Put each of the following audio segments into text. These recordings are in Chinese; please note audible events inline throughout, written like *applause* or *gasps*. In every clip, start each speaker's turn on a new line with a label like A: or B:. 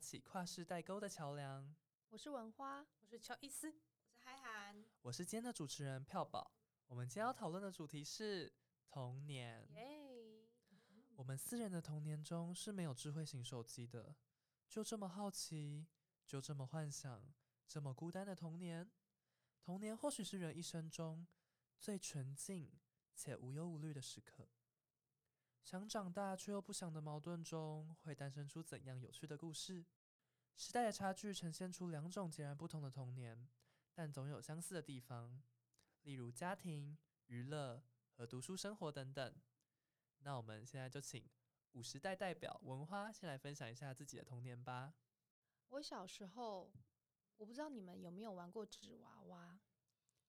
A: 起跨世代沟的桥梁。
B: 我是文花，
C: 我是乔伊斯，
D: 我是嗨涵，
A: 我是今天的主持人票宝。我们今天要讨论的主题是童年。
C: 耶！
A: 我们四人的童年中是没有智慧型手机的，就这么好奇，就这么幻想，这么孤单的童年。童年或许是人一生中最纯净且无忧无虑的时刻。想长大却又不想的矛盾中，会诞生出怎样有趣的故事？时代的差距呈现出两种截然不同的童年，但总有相似的地方，例如家庭、娱乐和读书生活等等。那我们现在就请五十代代表文花先来分享一下自己的童年吧。
B: 我小时候，我不知道你们有没有玩过纸娃娃，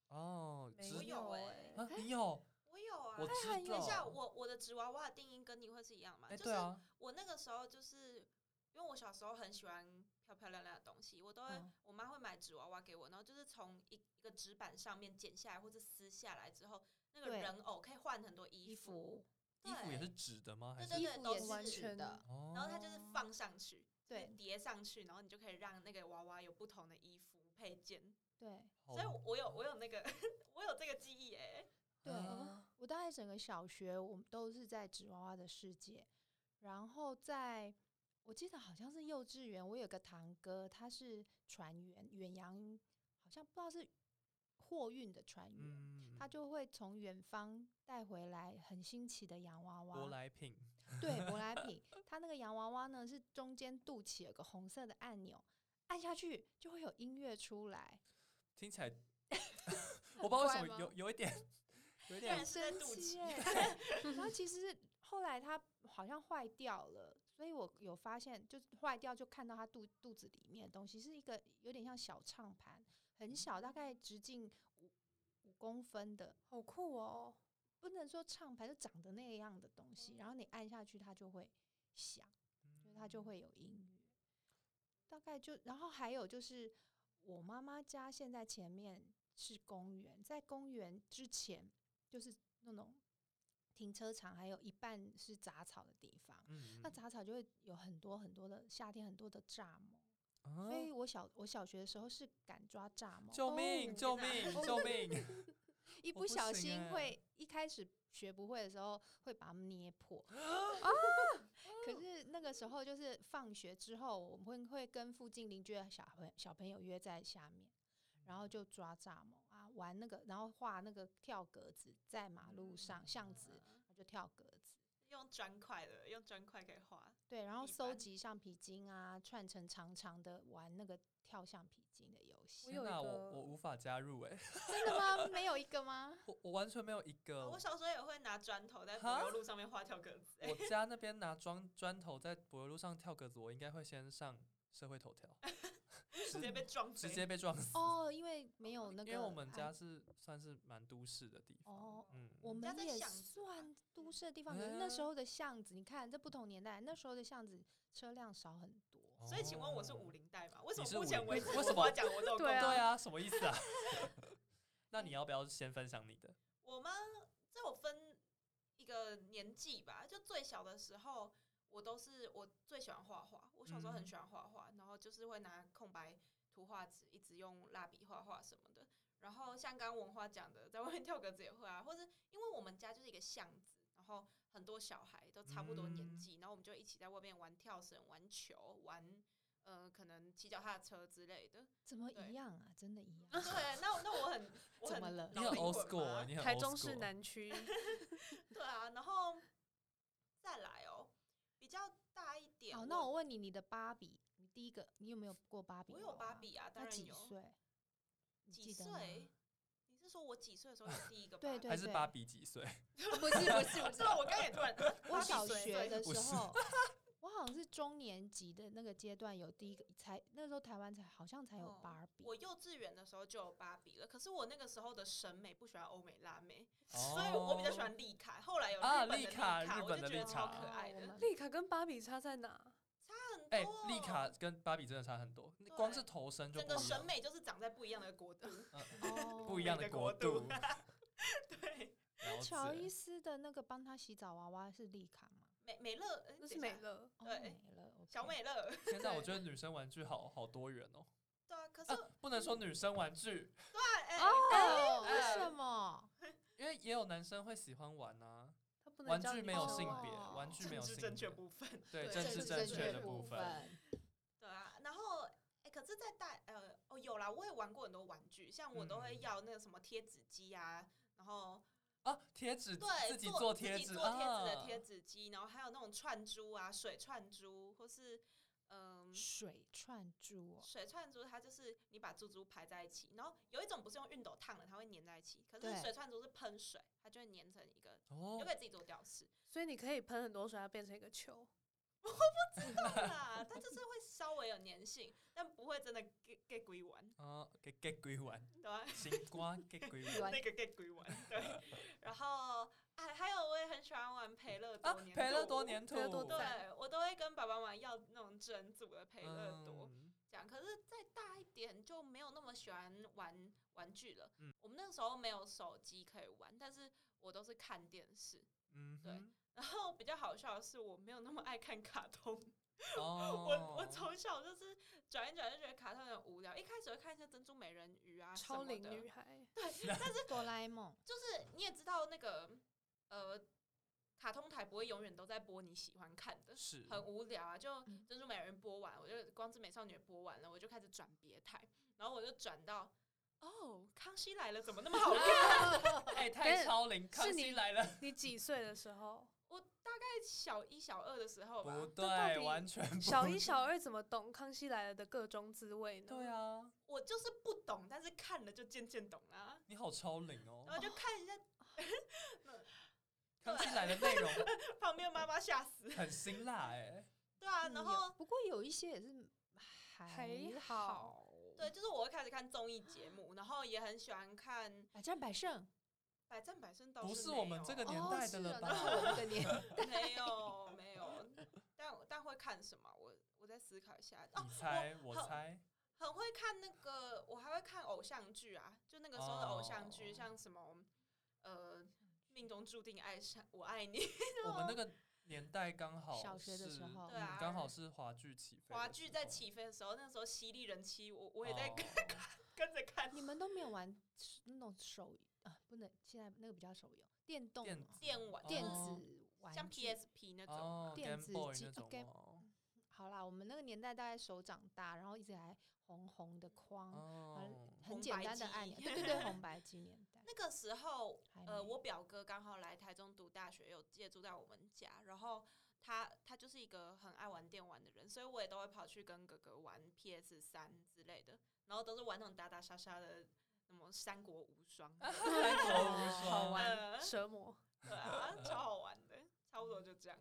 A: 哦，
C: 没
D: 我
A: 知
D: 有哎、
A: 啊，你有，
D: 我有啊。
A: 我知
D: 等一下，
A: 道。
D: 我我的纸娃娃的定义跟你会是一样吗？
A: 哎，
D: 就
A: 对
D: 是
A: 啊，
D: 我那个时候就是因为我小时候很喜欢漂漂亮亮的东西，我都会、
A: 嗯
D: 我妈会买纸娃娃给我，然后就是从一一个纸板上面剪下来或者撕下来之后，那个
B: 对
D: 人偶可以换很多衣
B: 衣服，
A: 衣服也
D: 对
A: 是纸的吗？还是
D: 对对
B: 衣
D: 对，
B: 服
D: 都
B: 也
D: 是
B: 完
D: 纸
B: 全
C: 的
A: 哦，
D: 然后它就是放上去，就是
B: 对
D: 叠上去，然后你就可以让那个娃娃有不同的衣服配件。
C: 啊
B: 对
A: 好哦
D: 所以我有我有那个 *laughs* 我有这个记忆哎、
B: 对、
A: 啊
B: 我大概整个小学，我们都是在纸娃娃的世界。然后在，我记得好像是幼稚园，我有个堂哥，他是船员，远洋，好像不知道是货运的船员，
A: 嗯，
B: 他就会从远方带回来很新奇的洋娃娃，
A: 舶来品，
B: 对，舶来品。它那个洋娃娃呢，是中间肚脐有个红色的按钮，按下去就会有音乐出来。
A: 听
D: *laughs*
A: 起来我不知道为什么
B: 怪吗
A: 有有一点有一
D: 对啊
A: 点
D: 是在
B: 神
D: 肚
B: 奇
D: 脐
B: 耶 *laughs* 对然后其实是后来它好像坏掉了，所以我有发现，就是坏掉就看到它肚肚子里面的东西是一个有点像小唱盘，很小，大概直径五五公分的，
C: 好酷哦！
B: 不能说唱盘，就长得那样的东西。然后你按下去，它就会响。所以它
D: 嗯
B: 就会有音乐。大概就，然后还有就是，我妈妈家现在前面是公园，在公园之前就是那种停车场，还有一半是杂草的地方。
A: 嗯，
B: 那杂草就会有很多很多的夏天很多的蚱蜢，
A: 啊
B: 所以我小我小学的时候是敢抓蚱蜢，哦
A: 救
D: 哦
A: 命！救
D: 啊
A: 命！救命！
B: 一
A: 我
B: 不
A: 不
B: 小
A: 行
B: 心
A: 欸
B: 会一开始学不会的时候会把它们捏
A: *gasps*
B: 破啊！
A: 哦
B: 可是那个时候就是放学之后，我们会会跟附近邻居的小朋小朋友约在下面，然
A: 嗯
B: 后就抓蚱蜢啊，玩那个，然后画那个跳格子，在马路上巷子，
A: 嗯
B: 然后就跳格子。
D: 用砖块的，用砖块给画。
B: 对，然后
D: 地
B: 收
D: 板
B: 集橡皮筋啊，串成长长的，玩那个跳橡皮筋的游戏
C: 我。有
A: 天哪
C: 一
A: 我
C: 个
A: 我无法加入哎，
B: 真的吗？没有一
A: *laughs*
B: 个吗？
A: 我我完全没有一个。
D: 哦我小时候也会拿砖头在柏
A: 哦哈
D: 油路上面画跳格子、欸，
A: 我家那边拿砖砖头在柏油路上跳格子，我应该会先上社会头条，
D: 哎直接被撞飞。
A: 直接被撞死。
B: 哦，因为没有那个
A: 因
B: 安，
A: 为我们家是算是蛮都市的地方，
B: 哦，
A: 嗯，
B: 我
D: 家
B: 们
D: 在
B: 也
D: 巷子吧
B: 算都
D: 嗯
B: 市的地方，可是那时
A: 嗯
B: 候的巷子，你看，在不同年代，那时候的巷子车辆少很多。
D: 所以，请问我是五
A: 哦
D: 零代吗？为什
A: 你
D: 么
A: 是
D: 目前
A: 50
D: 为止
A: 为什么
D: 我讲我都有共
C: 对啊
A: 对啊，什么意思啊？ *laughs* 那你要不要先分享你的？
D: 我吗？在我分一个年纪吧，就最小的时候，我都是我最喜欢画画。我小时候很喜欢画画，然后就是会拿空白图画纸，一直用蜡笔画画什么的。然后像刚刚文花讲的，在外面跳格子也会啊，或者因为我们家就是一个巷子，然后很多小孩都差不多年纪，然后我们就一起在外面玩跳绳、玩球、玩呃，可能骑脚踏车之类的。
B: 怎么
D: 对
B: 一样啊？真的一样。
D: 对，那那我很
A: *laughs*
D: 我
B: 怎
D: 很
B: 么了
A: 你很
D: 脑筋
A: old
D: 混
A: school，
D: 吗
A: 啊你很 old
C: 台中市
A: school
D: *laughs*
C: 南区，
D: 对啊，然后再来哦，比较大一点。
B: 好，那我问你，你的芭比，你第一个，你有没有过芭比？
D: 我有芭，比啊，当
B: 那
D: 然
B: 几
D: 有。 *laughs*
B: 岁？你
D: 几
B: 记得
D: 岁
B: 吗？
D: 你是说我几岁的时候有
B: *laughs*
D: 第一个芭
B: 对
D: 比？
B: 对
A: 还是芭比几岁？
C: 不是不是不
D: 不知道，我刚才也突然
B: 我
D: 芭比
B: 小
D: 岁
B: 学的
A: 不
B: 时
A: 是 *laughs*
B: 候，我好像是中年级的那个阶段有第一个，才那时候台湾才好像才有
D: 哦
B: 芭比。
D: 我幼稚园的时候就有芭比了，可是我那个时候的审美不喜欢欧美辣妹，所以我比较喜欢丽卡。后来有日
A: 哦啊
D: 本的
A: 丽
D: 丽
A: 卡日
D: 我
A: 本
D: 就
A: 的
D: 觉得
A: 丽
D: 超
A: 卡
D: 可爱
B: 哦我
D: 的。哦
B: 们
C: *laughs* 丽卡跟芭比差在哪？
D: 很
A: 哎
D: 多，
A: 丽卡跟芭比真的差很多，光是头身就
D: 整
A: 不一
D: 个
A: 样嗯
D: 审美就是长在不一样的国度， *laughs*
B: 哦
A: *laughs* 不一样的国
D: 度
A: 度。。
D: 对，
A: *laughs* 了
B: 乔伊
A: 解，
B: 斯的那个帮他洗澡娃娃是丽卡吗？
D: 美美乐，哎
C: 那
D: 等
C: 是
D: 一
C: 美
D: 下
C: 乐，
B: 哦，
D: 对
B: 没了，
D: 小美乐。
A: 天哪，我觉得女生玩具好好多元哦。
D: 对啊，可是
A: 啊， *laughs* 不能说女生玩具，
D: 哎、
B: 哦，
D: 哎
B: 为什么？
A: 因为也有男生会喜欢玩啊。
C: 他不能
A: 玩
C: 叫
A: 具
C: 女
A: 没有
C: 生
A: 性
C: 玩
A: 别，
B: 哦
A: 玩具没有
D: 政
A: 性
D: 治
A: 别
D: 正，确部分。
A: 对
C: 对
A: 政
C: 政
A: 治
C: 治
A: 正
C: 正
A: 确
C: 确
A: 的
C: 部
A: 部分。
D: 对啊，然后哎、可是，在大呃哦有啦，我也玩过很多玩具，像我都会
A: 嗯
D: 要那个什么贴纸机啊，然后
A: 啊，贴纸
D: 对
A: 自己做贴
D: 自己
A: 纸，
D: 做贴纸的
A: 啊
D: 贴纸机，然后还有那种串珠啊，水串珠，或是嗯。
B: 水串珠哦，
D: 水串珠它就是你把珠珠排在一起，然后有一种不是用熨斗烫的，它会粘在一起。可是
B: 对
D: 水串珠是喷水，它就会粘成一个，你就
A: 哦
D: 可，以自己做吊饰。 *laughs*
C: 所以你可以喷很多水，它变成一个球。
D: 对啦，它就是会稍微有粘性，但不会真的 get get 鬼玩，
A: 啊，给给鬼玩，
D: 对吧？
A: 星光给鬼玩
B: 玩
D: 那个 get 鬼玩，对。然后哎，还有我也很喜欢玩培乐
A: 啊
D: 多粘，土，
A: 培乐多粘土，
C: 培乐多
D: 对
C: 粘
D: 我都会跟爸爸妈妈要那种整组的培乐多。
A: 嗯
D: 这样。可是再大一点就没有那么喜欢玩玩具了。
A: 嗯
D: 我们那个时候没有手机可以玩，但是我都是看电视。
A: 嗯
D: 对
A: 哼，
D: 然后比较好笑的是，我没有那么爱看卡通。
A: 哦，
D: 我我
A: *laughs*
D: 从小就是转一转就觉得卡通很无聊，一开始会看一些珍珠美人鱼啊什
C: 超
D: 么的，
C: 龄女孩，
B: 哆啦 A 梦，
D: 就是你也知道那个呃。卡通台不会永远都在播你喜欢看的，
A: 是
D: 很无聊啊。就
B: 嗯
D: 珍珠美人播完，我就光之美少女也播完了，我就开始转别台，然后我就转到哦，康熙来了怎么那么好看？
A: *laughs* 哎，
C: 但
A: 太
C: 是
A: 超龄，康
C: 是
A: 熙
C: 你
A: 来了，
C: 你几岁的时候？
D: 我大概小一小二的时候吧
A: 不，
C: 到
A: 对，
C: 底
A: 完全不
C: 小一、小二怎么懂《康熙来了》的各种滋味呢？
A: 对，啊，
D: 我就是不懂，但是看了就渐渐懂啦、
A: 你好超龄哦
D: 然，后就看一下
A: 康熙来的内容
D: 旁边妈妈吓
A: *laughs*
D: 死，
A: 很辛辣哎，
D: 对啊，
B: 嗯
D: 然
B: 有
D: 后
B: 不过有一些也是还
C: 还
B: 好
C: 好，
D: 对，就是我会开始看综艺节目，然后也很喜欢看《
B: 百战啊百胜，
D: 百战百胜》，倒
A: 不
D: 是
A: 是
D: 没
A: 我们
D: 有
A: 这个
B: 哦
A: 年代的
B: 是
A: 了
B: 啊
A: 吧
B: 那？是我们的年代 *laughs*
D: *laughs* 没有没有，但但会看什么？我我再思考一下。哦，
A: 你猜，
D: 我
A: 我
D: 很
A: 猜，
D: 很会看那个，我还会看偶像剧啊，就那个时候的偶像剧，
A: 哦
D: 像什么呃，命中注定爱上我爱你，
A: *laughs* 我们那个年代刚好
B: 小学的时
A: 是
B: 候
D: 对啊
A: 嗯刚好是华剧起飞的时候，
D: 华剧在起飞的时候，那时候犀利人妻，我
A: 哦，
D: 我也在跟、跟着看
B: 你们都没有玩那种手啊，不能现在那个比较手游，电动
A: 电
B: 哦
D: 电玩
B: 电
A: 哦
B: 子玩
D: 像
B: 具
D: PSP 那种啊、
A: 哦
B: 电
A: ，Game
B: 子
A: Boy
B: 机
A: 那
B: 哦
A: 种
B: ，Game-
A: 哦
B: 好啦，我们那个年代大概手掌大，然后一直还红红的框，
A: 哦，
B: 很
D: 红
B: 简
D: 白
B: 单的
D: 机
B: 按钮，对对对， *laughs* 红白机年代。
D: 那个时候，
B: 还
D: 呃，
B: 没
D: 我表哥刚好来台中读大学，有借住在我们家，然后他他就是一个很爱玩电玩的人，所以我也都会跑去跟哥哥玩 PS 三之类的，然后都是玩那种打打杀杀的，什么三国无双，
A: 三国无
C: 哦
A: 双，
B: *laughs*
C: 好
D: 呃
C: 玩，蛇魔。
D: 对啊，超好玩的，差不多就这样。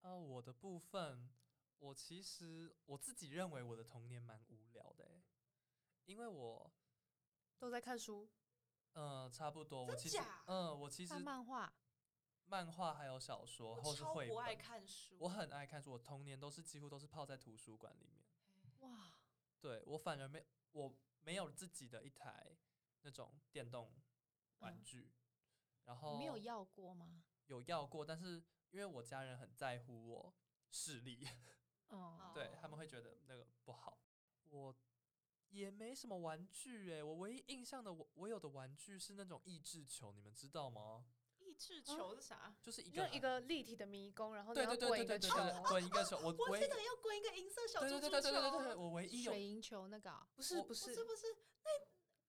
A: 呃，我的部分，我其实我自己认为我的童年蛮无聊的欸，因为我
C: 都在看书，
A: 呃差不多，我
D: 真
A: 其实
D: 假
A: 嗯、呃我其实
B: 看漫画，
A: 漫画还有小说
D: 我
A: 或是
D: 超
A: 绘
D: 不爱
A: 本，
D: 看书，
A: 我很爱看书，我童年都是几乎都是泡在图书馆里面。
B: 哇，
A: 对我反而没我没有自己的一台那种电动玩
B: 嗯
A: 具，然
B: 你
A: 后
B: 没有要过吗？
A: 有要过，但是因为我家人很在乎我视力， *laughs*
B: 哦，
A: 对他们会觉得那个不好。我也没什么玩具诶、欸我唯一印象的我我有的玩具是那种益智球，你们知道吗？
D: 益智球是啥？
A: 就是一
C: 就
A: 个
C: 一
A: 很
C: 个立体的迷宫，然后你
A: 对
C: 要
A: 对对
C: 滚
A: 对
C: 一
A: 对
C: 个
A: 对
C: 球，
A: 对滚一个球，我
D: 我
A: 唯
D: 记得要滚一个银色小
A: 对
D: 猪
A: 对
D: 猪
A: 对
D: 球，
A: 对对对对，我唯哎一有
B: 水银球那个哦
C: 不是
A: 我
C: 不
D: 不
C: 是
D: 是不是，那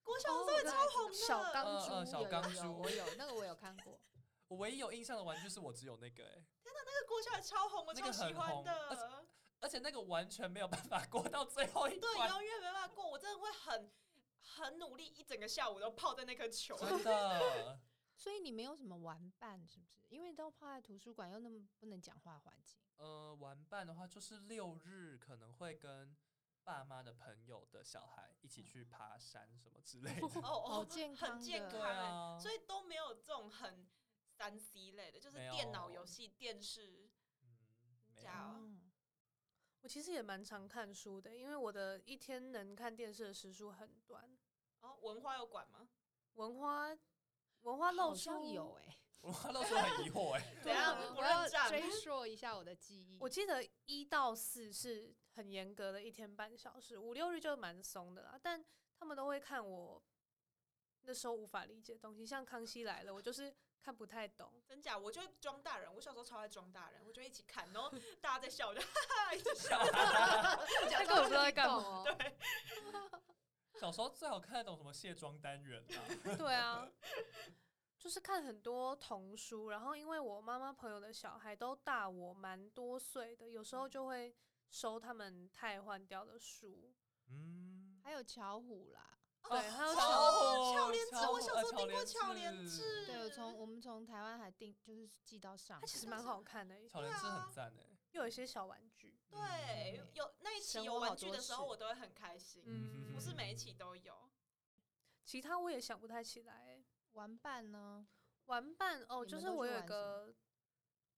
D: 国小
C: 哦
D: 时候也
C: 我
D: 超
C: 大概知
D: 红的，
C: 道嗯小钢
A: 呃
B: 珠
A: 呃小
B: 有
A: 钢
B: 有有
A: 珠
B: 我有那个我有看过，
A: 我唯一有印象的玩具是我只有那个诶、欸
D: 那个国小也超红，我
A: 那个
D: 超喜
A: 很
D: 欢
A: 红而且
D: 的。
A: 而且那个完全没有办法过到最后一
D: 对，
A: 关，
D: 永远没办法过，我真的会很很努力，一整个下午都泡在那颗球。
A: 真的。
B: 所以你没有什么玩伴是不是？因为都泡在图书馆，又那么不能讲话的环境，
A: 呃，玩伴的话就是六日可能会跟爸妈的朋友的小孩一起去爬山什么之类的。
D: 哦哦，
B: 好健康
D: 很健
B: 的
D: 康
A: 对
D: 欸、
A: 啊，
D: 所以都没有这种很三 C 类的，就是
A: 没有
D: 电脑游戏、电视。
A: 嗯，没有
D: 假好
B: 嗯，
C: 我其实也蛮常看书的，因为我的一天能看电视的时数很短。
D: 哦，文化有管吗？
C: 文花文花
B: 好
C: 露
B: 像
C: 出
B: 有哎，
D: 哦
A: 我
B: 啊
A: 妈都说很疑惑哎、
D: 怎样
B: 我
D: 不
B: 要
D: 认账？ *laughs*
B: 追溯一下我的记忆。
C: 我记得一到四是很严格的一天半小时，五六日就蛮松的啦。但他们都会看我那时候无法理解的东西，像《康熙来了》，我就是看不太懂。
D: 真假？我就会装大人，我小时候超爱装大人，我就一起看， *laughs* 然后大家在笑，我就哈哈一直笑。
B: *laughs*
C: 那个我不知道在干嘛
B: 嘛。
A: 小时候最好看得懂什么卸妆单元啦、
C: 对啊，就是看很多童书，然后因为我妈妈朋友的小孩都大我蛮多岁的，有时
B: 嗯
C: 候就会收他们太换掉的书。
A: 嗯，
B: 还有巧虎啦，
C: 对，还
D: *laughs*
C: 有
D: 巧
C: 小
A: 哦
D: 巧莲子，
A: 巧
D: 我小时候
A: 巧
D: 订过
A: 莲
D: 巧莲
A: 子
D: 子，
B: 对，我从我们从台湾还订就是寄到上海，
C: 它其实蛮好看的，
D: 啊
A: 巧莲子很赞哎、
C: 又有一些小玩具。
D: 对有那一期
B: 生
D: 有
B: 活好
D: 玩具
B: 多
D: 的时候，
B: 事
D: 我都会很开心，
A: 嗯
C: 嗯，
D: 不是每一期都有。
C: 其他我也想不太起来欸、
B: 玩伴呢，
C: 玩伴哦，
B: 你
C: 就
B: 们
C: 是
B: 都
C: 我
B: 去
C: 有一
B: 玩什么
C: 个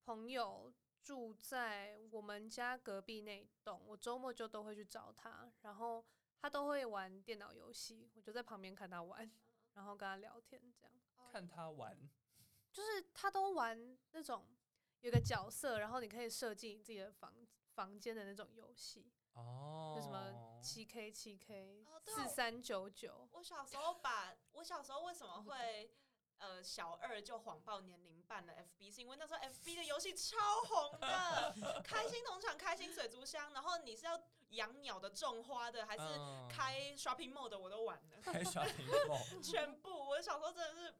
C: 朋友住在我们家隔壁那一栋，我周末就都会去找他，然后他都会玩电脑游戏，我就在旁边看他
B: 嗯
C: 玩，然后跟他聊天，这样
A: *laughs* 看他玩，
C: 就是他都玩那种有个角色，然后你可以设计你自己的房房间的那种游戏，
A: 哦，
C: 那什么七 K 七 K
D: 哦对啊
C: 四三九九，
B: 哦
D: 我小时候把我小时候为什么
C: 不懂
D: 会呃小二就谎报年龄办了 FB，是因为那时候 FB 的游戏超红的，开心农场、开心水族箱，然后你是要养鸟的、种花的，还是
A: 嗯
D: 开 shopping mall 的，我都玩了，
A: 开
D: *laughs*
A: 小屏幕，
D: 全部。我小时候真的是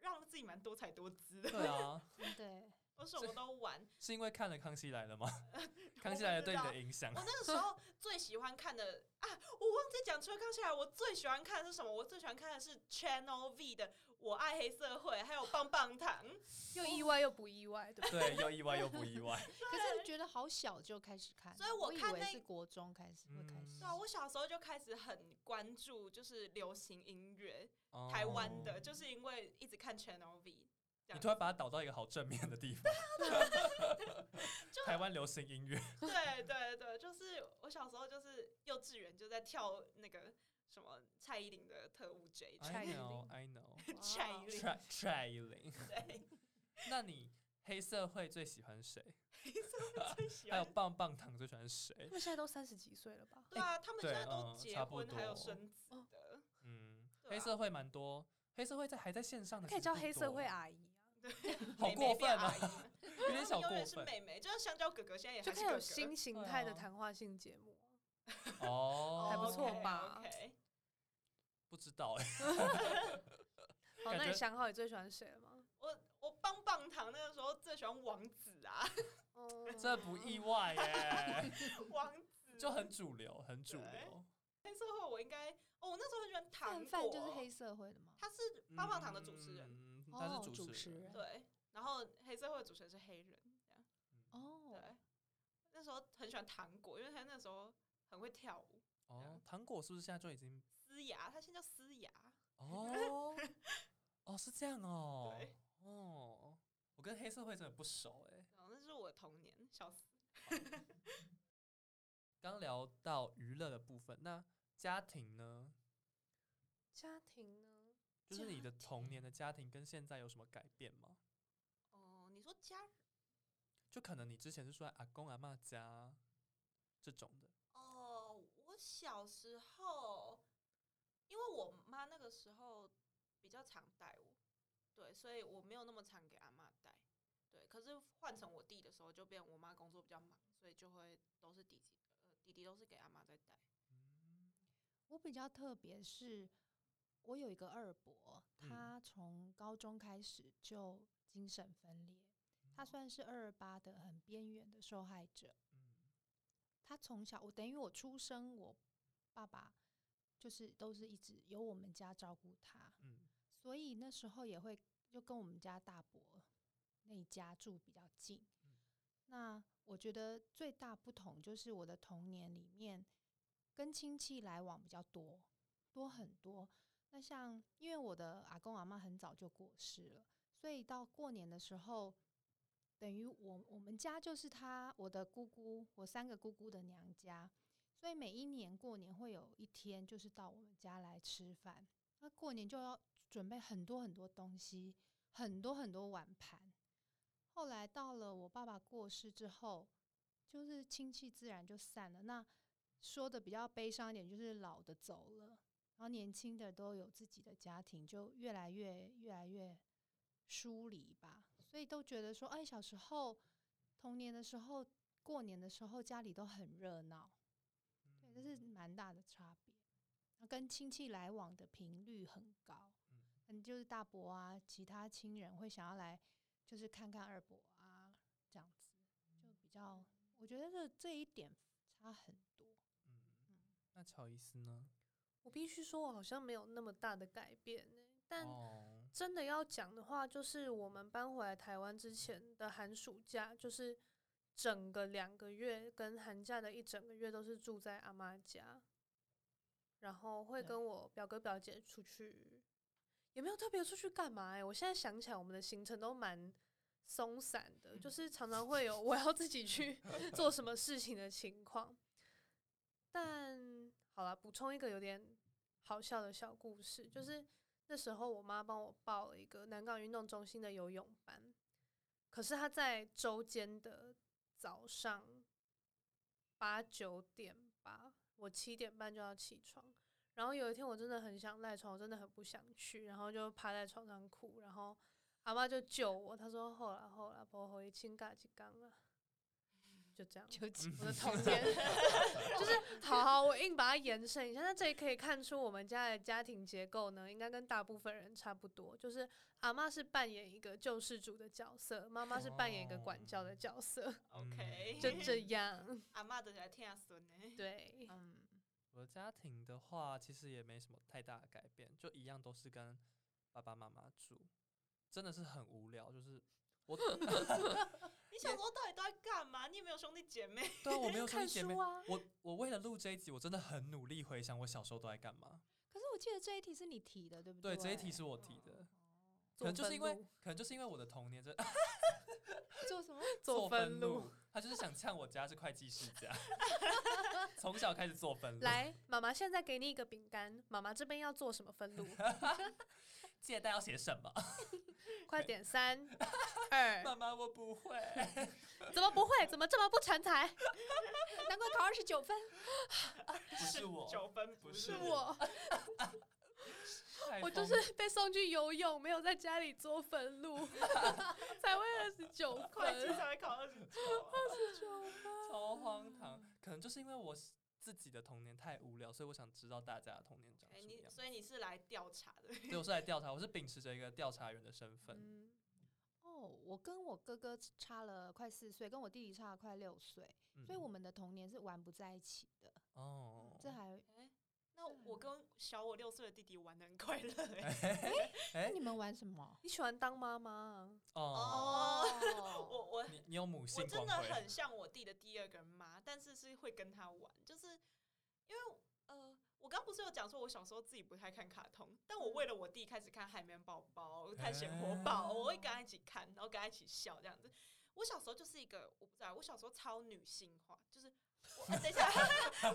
D: 让自己蛮多才多姿的，
A: 对啊，
B: 对，
D: 我什么都玩。
A: 是因为看了《康熙来了》
D: *laughs*
A: 吗？《康
D: 我
A: 熙
D: 不
A: 来了》
D: 知
A: 对你
D: 道
A: 的影响
D: 我，那个时候最喜欢看的啊，我忘记讲，除了康熙来，我最喜欢看的是什么？我最喜欢看的是 Channel V 的《我爱黑社会》，还有棒棒糖。
C: 又意外又不意外，对吧？
A: *laughs* 对，又意外又不意外，
B: 可是觉得好小就开始看，
D: 所以我
B: 我以
D: 看
B: 为
D: 那
B: 是国中开始会开
A: 嗯
B: 始
D: 对啊，我小时候就开始很关注，就是流行音乐，
A: 哦
D: *laughs* 台湾的，就是因为一直看 Channel V。
A: 你
D: 这样
A: 突然把它导到一个好正面的地方，
D: *laughs*
A: 台湾流行音乐，
D: 对对对，就是我小时候就是幼稚园就在跳那个什么蔡依林的特务 J，
A: I
C: 蔡依林
A: know I know，
D: 蔡
B: 哇
D: 依林，
A: 哎蔡蔡依林，
D: 对，
A: 那你黑社会最喜欢谁？
D: 最喜
A: 还有
D: 欢。
A: 棒棒糖最喜欢谁
C: 他？们现在都三十几岁了吧？
D: 对啊，他们
A: 对
D: 现在都
A: 嗯
D: 结
A: 差不
D: 婚还有
A: 多哦
D: 生子的，
A: 嗯，
D: *laughs* 对
A: 黑
D: 啊
A: 社会蛮多，黑社会在还在线上的
C: 可以
A: 其实
C: 叫
A: 不
C: 黑社
A: 多
C: 会，阿姨啊。
A: 好
D: 妹妹
A: 过分
D: 变阿
A: 啊
D: 姨，
A: 有点
D: 他
A: 小
D: 们永
A: 过
D: 远是
A: 分
D: 妹妹，就是香蕉哥哥现在也
C: 就
D: 还是
C: 可以
D: 哥哥
C: 有新形态的
A: 对啊
C: 谈话性节目。啊
A: 哦，
C: 还不错吧
D: o k
A: 不知道哎， *laughs*
C: 好，
A: 感
C: 哦那
A: 觉
C: 你想好你最喜欢谁
A: *laughs*
C: 了吗？
D: 我我棒棒糖那个时候最喜欢王子啊，
C: 哦
A: 这不意外耶，
D: *laughs* 王子
A: *laughs* 就很主流，很主
D: 对
A: 流。
D: 黑社会，我应该哦，我那时候很喜欢糖
B: 范范
D: 果，
B: 就是黑社会的嘛，
D: 他是棒棒糖的主持人，
A: 嗯，他
B: 哦
A: 是
B: 主
A: 持
B: 持
A: 人
B: 人
D: 对，然后黑社会的主持人是黑人，
B: 哦，
D: 对，那时候很喜欢糖果，因为他那时候很会跳舞，
A: 哦，糖果是不是现在就已
D: *laughs*
A: 经
D: 思雅，他现在叫思雅，
A: 哦哦是这样哦
D: 对
A: 哦，我跟黑社会真的不熟哎。
D: 然后那是我的童年，小时
A: 刚聊到娱乐的部分，那家庭呢？
C: 家庭呢？
A: 就是你的
B: 家
A: 童年的家庭跟现在有什么改变吗？
D: 哦，你说家人
A: 就可能你之前是住啊在阿公阿嬷家这种的，
D: 哦，我小时候，因为我妈那个时候比较常带我，对，所以我没有那么常给阿妈带。对，可是换成我弟的时候，就变我妈工作比较忙，所以就会都是弟弟，呃，弟弟都是给阿妈在带。
A: 嗯
B: 我比较特别是，我有一个二伯，
A: 嗯
B: 他从高中开始就精神分裂，他算是二二八的很边缘的受害者。
A: 嗯
B: 他从小，我等于我出生，我爸爸就是都是一直由我们家照顾他，
A: 嗯
B: 所以那时候也会就跟我们家大伯那一家住比较近。那我觉得最大不同就是我的童年里面跟亲戚来往比较多，多很多。那像因为我的阿公阿妈很早就过世了，所以到过年的时候，等于我我们家就是他我的姑姑，我三个姑姑的娘家，所以每一年过年会有一天就是到我们家来吃饭。那过年就要准备很多很多东西，很多很多碗盘。后来到了我爸爸过世之后，就是亲戚自然就散了。那说的比较悲伤一点，就是老的走了，然后年轻的都有自己的家庭，就越来越越来越疏离吧。所以都觉得说，哎，小时候童年的时候，过年的时候家里都很热闹，
A: 嗯
B: 对，这是蛮大的差别。那跟亲戚来往的频率很高，嗯，就是大伯啊，其他亲人会想要来，就是看看二伯啊，这样子就比较，我觉得这这一点差很多。
A: 嗯，那乔伊斯呢？
C: 我必须说，我好像没有那么大的改变、欸、但
A: 哦，
C: 真的要讲的话，就是我们搬回来台湾之前的寒暑假，就是整个两个月跟寒假的一整个月都是住在阿妈家，然后会
B: 对
C: 跟我表哥表姐出去，也没有特别出去干嘛哎、我现在想起来，我们的行程都蛮松散的，就是常常会有我要自己去 *laughs* 做什么事情的情况。但好了，补充一个有点好笑的小故事，就是那时候我妈帮我报了一个南港运动中心的游泳班，可是她在周间的早上八九点吧，我七点半就要起床。然后有一天我真的很想赖床，我真的很不想去，然后就趴在床上哭，然后阿妈就救我，她说：“后啦后啦，不回亲嘎几缸啊。”就这样，
B: 就
A: 嗯
C: 我的童
A: *laughs*
C: 年， *laughs* 就是好好，我硬把它延伸一下。那这里可以看出我们家的家庭结构呢，应该跟大部分人差不多，就是阿妈是扮演一个救世主的角色，妈妈是扮演一个管教的角色，
D: OK，
C: 就 *laughs* 这 *laughs* 样。
D: 阿妈的来听孙呢。
C: 对，
D: 嗯，
A: 我的家庭的话，其实也没什么太大的改变，就一样都是跟爸爸妈妈住，真的是很无聊。就是
C: *laughs*
A: 我
D: 你小时候到底都在干嘛？你有没有兄弟姐妹？
A: 对啊，我没有兄
C: 看
A: 弟姐妹
C: 书，啊，
A: 我我为了录这一集，我真的很努力回想我小时候都在干嘛。
B: 可是我记得这一题是你提的，对不
A: 对，
B: 对，
A: 这一题是我提的，可
C: 哦做
A: 能就是因为
C: 分路，
A: 可能就是因为我的 *laughs* 童年这
B: 做
A: *laughs*
B: 什么？
C: 做
A: 分
C: 分路。，
A: 他就是想呛我家是会计世
C: *laughs*
A: 家，从小开始做分路，
C: 来，妈妈现在给你一个饼干，妈妈这边要做什么分路？ *laughs*
A: 借贷要写什么？
C: 快点， *laughs* 三二，
A: 妈妈，我不会。
C: 怎么不会？怎么这么不成 *laughs* 才？
B: 难怪考二十九分。
A: 不是我，
D: *laughs* 九分
A: 不是
C: 是我，
A: 太
C: 我就
A: 疯
C: 是被送去游泳，没有在家里做分路， *laughs* 才会二十
B: *laughs*
C: 九
D: 会计
C: 分。
D: 才会考二十九。啊
A: *laughs* 超荒唐。可能就是因为我是自己的童年太无聊，所以我想知道大家的童年长
D: 哎，
A: 什么
D: 你
A: 样。
D: 所以你是来调查的？
A: 所以我是来调查，我是秉持着一个调查员的身份。
C: 嗯，
B: 哦，我跟我哥哥差了快四岁，跟我弟弟差了快六岁，
A: 嗯
B: 所以我们的童年是玩不在一起的。
A: 哦，
B: 这还
D: 那我跟小我六岁的弟弟玩的很
A: *laughs*
D: 快乐欸。
A: 哎
B: 那你们玩什么？
C: 你喜欢当妈妈啊？
A: 哦，
D: 哦， *laughs* 我我
A: 你你有母
D: 我
A: 性
D: 真
A: 光
D: 的
A: 辉，
D: 很像我弟的第二个妈，但是是会跟他玩，就是因为呃，我刚不是有讲说，我小时候自己不太看卡通，但我为了我弟开始看《海绵宝宝》、
A: 哎
D: 看《鲜活宝》，我会跟他一起看，然后跟他一起笑这样子。我小时候就是一个，我不知道，我小时候超女性化，就是我、呃等一下 *laughs*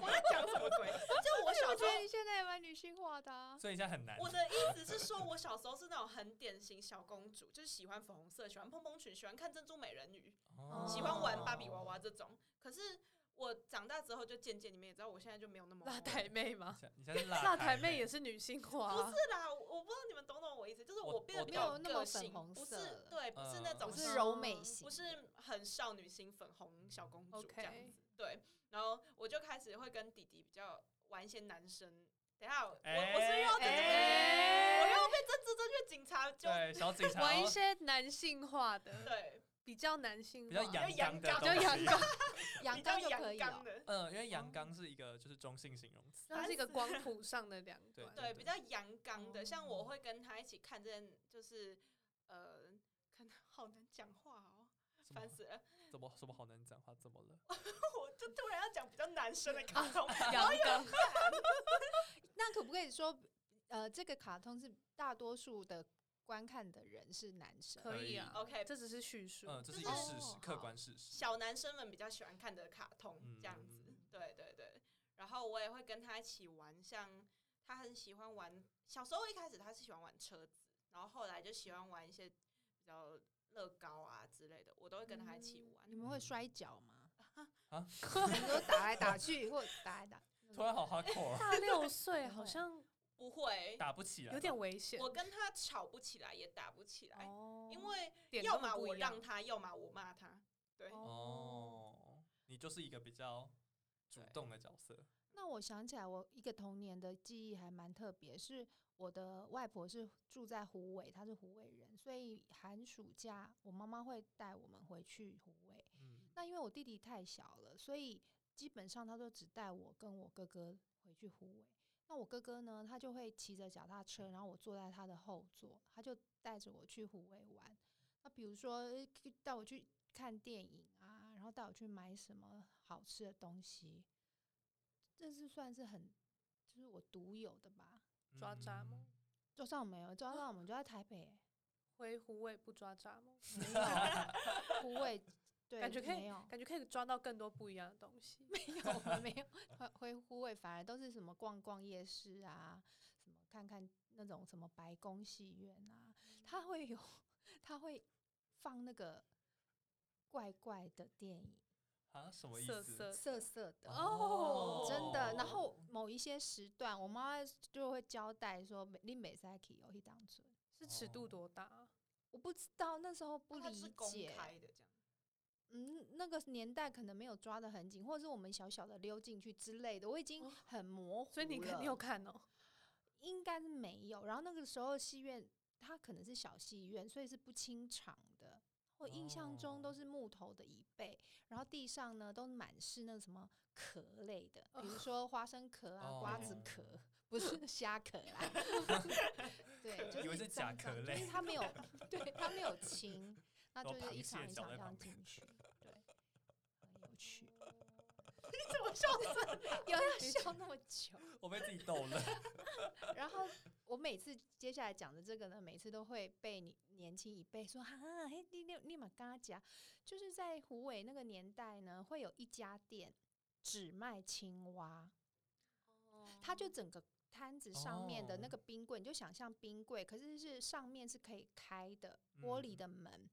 D: 我在讲什么鬼？就我小
B: *laughs* 我
D: 时
B: 觉得
D: 候
B: 你现在也蛮女性化的、啊。
A: 所以现在很难。
D: 我的意思是说，我小时候是那种很典型小公主，就是喜欢粉红色，喜欢蓬蓬裙，喜欢看珍珠美人鱼，
A: 哦
D: 喜欢玩芭比娃娃这种。可是我长大之后就渐渐，你们也知道，我现在就没有那么
C: *laughs* 辣
D: 玩
C: 台妹吗？
A: 现在你现在是
C: 辣
A: *laughs* 辣
C: 台妹
A: 妹
C: 也是女性化
D: 不
C: 啊，
A: *laughs*
D: 是啦，我我不知道你们懂不懂我意思，就是
A: 我
D: 我变得
A: 我
D: 比
A: 懂
D: 较
B: 没有那么
D: 个性
B: 粉红
D: 不是
B: 色
D: 对，不是那
A: 嗯
D: 种
B: 我
A: 我
B: 是
C: 是
B: 柔
C: 柔
B: 美
C: 美
B: 型，
D: 不是很少女心粉红小公主
C: OK
D: 这样子。对，然后我就开始会跟弟弟比较玩一些男生。等一下，我我是
A: 哎
D: 又要被
C: 哎
D: 我又被政治正确警察就
A: 对小警察哦
C: 玩一些男性化的，
D: 对
C: 比较男性
A: 比较
C: 化，
A: 阳刚的
D: 比较阳刚
A: 东西
C: 比较阳刚，
B: 阳
D: 比
B: 刚
D: 较
B: 就可
D: 阳
B: 以
D: 刚
B: 了。
D: 的，
A: 嗯，因为阳
D: 哦
A: 刚是一个就是中性形容词。
C: 它是一个光谱上的两
A: 对
C: 端。
D: 对，比较阳刚的。像我
C: 哦
D: 会跟他一起看这件，就是呃，看他好难讲话哦，
A: 什么
D: 烦死了！ *laughs*
A: 怎么什么好难讲话？怎么了？
D: 我就突然要讲比较男生的卡通，
C: 阳刚，
B: *laughs* 那可不可以说，呃，这个卡通是大多数的观看的人是男生？
C: 可以啊。
D: OK
C: 这只是叙述。
A: 嗯，这 *laughs* 是一
D: 就
A: 个
D: 是
A: 事实
B: 哦，
A: 客
B: 好
A: 观事实。
D: 小男生们比较喜欢看的卡通这样子
A: 嗯。
D: 对对对，然后我也会跟他一起玩，像他很喜欢玩，小时候一开始他是喜欢玩车子，然后后来就喜欢玩一些比较乐高啊之类的，我都会跟他一起玩。
B: 你们会
A: 嗯
B: 摔跤吗？
A: 啊，
B: 你们都打来打去，或打
D: *laughs*
B: 来打。
A: 突然好 hardcore，啊
C: *laughs* 大六岁
B: *laughs* 不
C: 好
B: 会
C: 像
D: 不会，
A: 打不起来吧，
C: 有点危险
D: 我跟他吵不起来，也打不起来，
C: 哦，
D: 因为
C: 点
D: 要
C: 根本
D: 么
C: 不
D: 我
C: 一样
D: 让他，要么我骂他。对，
A: 哦。你就是一个比较主
D: 对
A: 动的角色，
B: 那我想起来，我一个童年的记忆还蛮特别，是我的外婆是住在湖尾，她是湖尾人，所以寒暑假我妈妈会带我们回去湖尾。
A: 嗯，
B: 那因为我弟弟太小了，所以基本上他都只带我跟我哥哥回去湖尾。那我哥哥呢，他就会骑着脚踏车，然后我坐在他的后座，他就带着我去湖尾玩。那比如说呃带我去看电影啊，然后带我去买什么好吃的东西，这是算是很就是我独有的吧。
C: 抓渣吗
A: 嗯？
B: 就算我没有抓到，我们就在台北、欸
C: 回虎尾不抓渣吗？
B: 没有 *laughs* 湖尾，对，
C: 感觉可
B: 没
C: 以
B: 有，
C: 感觉可以抓到更多不一样的东西。
B: 没 *laughs* 有，我们没有回回护卫，反而都是什么逛逛夜市啊，什么看看那种什么白宫戏院啊，他会有，他会放那个怪怪的电影，
A: 啊，什么意
C: 色
A: 思？
C: 色
B: 色色的。
A: 哦
B: 真的，然后
A: 哦
B: 某一些时段，我妈妈就会交代说，你每赛可以有一档哦村，
C: 是尺度
A: 哦
C: 多大啊？
B: 我不知道那时候不
D: 他
B: 理
D: 是公
B: 解，
D: 开的这样。
B: 嗯，那个年代可能没有抓得很紧，或者是我们小小的溜进去之类的，我已经
C: 哦
B: 很模糊了。
C: 所以你肯定有看哦。
B: 应该是没有。然后那个时候戏院它可能是小戏院，所以是不清场的。我印象中都
A: 哦
B: 是木头的椅背，然后地上呢都满是那什么壳类的，比如说花生壳啊、瓜子
A: 哦
B: 壳，不是虾壳啦。
A: *laughs*
B: 对，就
A: 以为
B: 是
A: 是甲
B: 脏脏
A: 壳
B: 就
A: 类
B: 是它
A: *laughs*
B: 没有，对，它没有清，那
A: 然
B: 就
A: 后
B: 是
A: 螃
B: 一
A: 蟹哦
B: 场一
A: 搅
B: 场
A: 在
B: 这样
A: 旁
B: 进
A: 边
B: 去，对，很有趣。 *laughs*
D: 怎么笑？
B: 有要笑那么久？
A: 我被自己逗了。
B: 然后我每次接下来讲的这个呢，每次都会被你年轻一辈说哈、啊，嘿，你你立马跟他讲，就是在虎尾那个年代呢，会有一家店只卖青蛙，它就整个摊子上面的那
A: 哦
B: 个冰柜，你就想象冰柜，可是是上面是可以开的
A: 嗯
B: 玻璃的门。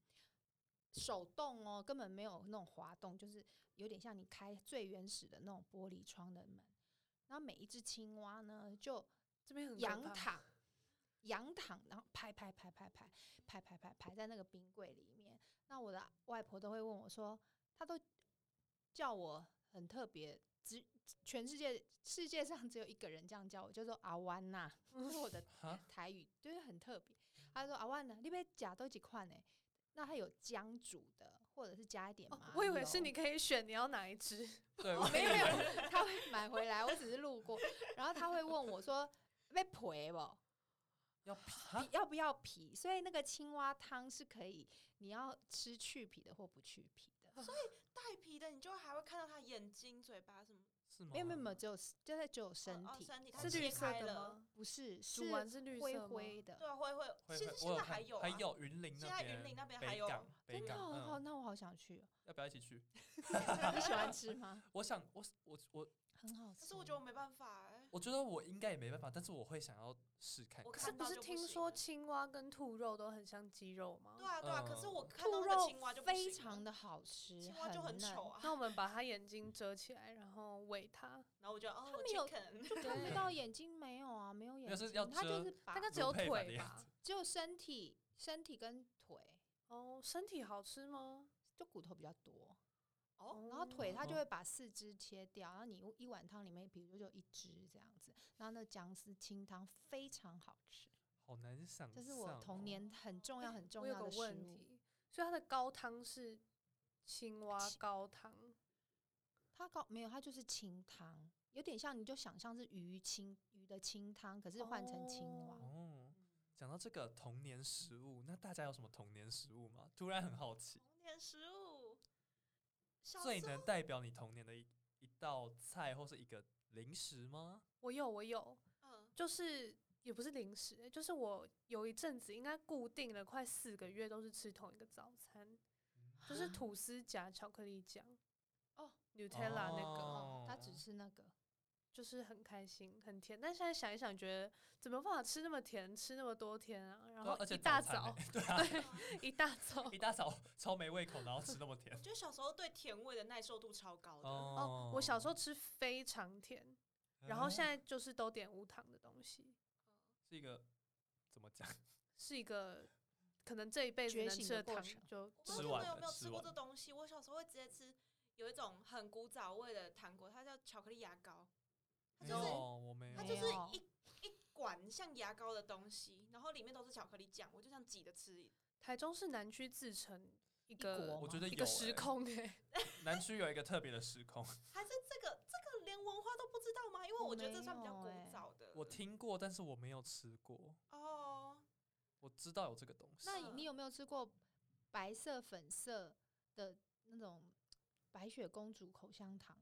B: 手动哦，根本没有那种滑动，就是有点像你开最原始的那种玻璃窗的门。然后每一只青蛙呢，就
C: 这边很可
B: 仰
C: 怕
B: 躺，仰躺，然后排排排排排排排排排在那个冰柜里面。那我的外婆都会问我说，她都叫我很特别，只全世界世界上只有一个人这样叫我，叫做阿弯呐， *laughs* 这是我的
A: 啊
B: 台语，就是很特别。她说阿弯呐，你别假都几块呢？那它有姜煮的，或者是加一点麻
C: 哦
B: 油、
C: 我以为是你可以选你要哪
D: *laughs*
C: 一只，
A: 对，
B: 哦
A: 我
B: 没有没有，
C: *laughs*
B: 他会买回来，我只是路过，然后他会问我说 *laughs* 被赔不？
A: 要
B: 皮要不要皮？所以那个青蛙汤是可以，你要吃去皮的或不去皮的。
D: 带皮的，你就还会看到他眼睛、嘴巴什么
A: 是吗？
B: 没有没有没有，只有就在只有身
D: 哦哦
B: 体，
D: 身体，它
C: 是
D: 切
C: 绿色
D: 开
C: 的
D: 了。
C: 吗？
B: 不是
C: 煮
B: 是
C: 完是绿
B: 灰
C: 色吗？
B: 灰的。
D: 对啊，会会，
A: 会
D: 其
A: 会
D: 实
A: 我
D: 现在
A: 看
D: 还有啊
A: 还有云林
D: 现
A: 那
D: 在
A: 边，
D: 云林那边还
A: 北
D: 有
A: 港，北
B: 真的
A: 港，
B: 哦，好
A: 嗯，
B: 那我好想 *laughs* 去哦。
A: 要不要一起去？
B: 你喜欢吃吗？
A: 我想，我我我，
B: 很好吃。
D: 可是我觉得我没办法哎、
A: 我觉得我应该也没办法，但是我会想要试看
D: 我
A: 看。
C: 可是
D: 看
C: 不
D: 到
C: 是
D: 就不
C: 听
D: 行
C: 说
D: 了
C: 青蛙跟兔肉都很像鸡肉吗？
D: 对啊对啊，可是
A: 嗯
D: 我看到
B: 兔
D: 那个
B: 肉
D: 青蛙就不行
B: 非
D: 了
B: 常，的好吃，
D: 青蛙就很
B: 嫩
D: 丑。啊。
C: 那我们把它眼睛遮起来，然后喂它。
D: 然后我就哦，
B: 它
D: 我
B: 没有
D: chicken
B: 就看
A: 对
B: 不到眼睛没有啊，没有眼
A: 有
B: 睛
A: 是要，
B: 它就
A: 遮
B: 是把
D: 啊
C: 大概只
A: 卤
C: 有
A: 配吧
C: 腿
A: 的样
C: 吧 *laughs*
A: 子？
B: 只有身体，身体跟腿，
C: 哦，身体好吃吗？
B: 就骨头比较多。
D: 哦，
B: 然后腿它
A: 哦
B: 就会把四肢切掉，然后你一碗汤里面，比如说就一只这样子，然后那姜丝清汤非常好吃，
A: 好难想象哦。
B: 这是我童年很重要很重
C: 我有
B: 要
C: 个
B: 的食
C: 问
B: 物。
C: 题，所以它的高汤是青蛙
B: 青
C: 高汤，
B: 它搞没有，它就是清汤，有点像你就想象是鱼清鱼的清汤，可是换成青蛙。
C: 哦
A: 哦。讲到这个童年食物，那大家有什么童年食物吗？突然很好
C: 哦
A: 奇，
D: 童年食物，小
A: 最
D: 时候
A: 能代表你童年的一一道菜或是一个零食吗？
C: 我有，我有，
D: 嗯，
C: 就是也不是零食欸、就是我有一阵子应该固定了快四个月都是吃同一个早餐，就是
A: 啊
C: 吐司夹巧克力酱，
B: 哦
C: ，Nutella 那
B: *laughs*
C: 个，
B: 哦，它只
A: 哦
B: 吃那个，
C: 就是很开心，很甜。但现在想一想，觉得怎么有办法吃那么甜，吃那么多天啊？然
A: 对啊
C: 后
A: 而且
C: 一大
A: 早餐
C: 早
A: 欸， *laughs* 对啊，
C: *laughs* 一大早
A: 一大早超没胃口，然后吃那么甜
D: 我。觉得小时候对甜味的耐受度超高的，
C: 哦，我小时候吃非常甜，然后现
A: 在
C: 在就是都点无糖的东西，
A: 嗯是一个怎么讲？
C: 是一个可能这一辈子
B: 觉
C: 能
B: 醒
C: 吃
B: 的
C: 的
B: 过
C: 糖
B: 程
C: 就
D: 我不知
A: 吃
D: 道
A: 完
D: 你们有没有
A: 了吃
D: 吃过
A: 完
D: 这东西？我小时候会直接吃，有一种很古早味的糖果，它叫巧克力牙膏，它
A: 没
D: 就
A: 有，
D: 是
A: 我没
D: 它
A: 有。
D: 就是
B: 没有
D: 一一管像牙膏的东西，然后里面都是巧克力酱，我就这样挤着吃。
C: 台中市南区自成一
B: 国
C: 个
A: 我觉得
C: 一
A: 有
C: 个时
A: 欸
C: 空哎、
A: 南区有一个特别的时空，
D: 还是这个这个连文化都不知道吗？因为
B: 我
D: 我觉得
B: 没
D: 这算比较
B: 有
D: 古
B: 欸
D: 早的。
A: 我听过，但是我没有吃过。
D: 哦，
A: 我知道有这个东西，
B: 那
D: 嗯
B: 你有没有吃过白色、粉色的那种白雪公主口香糖？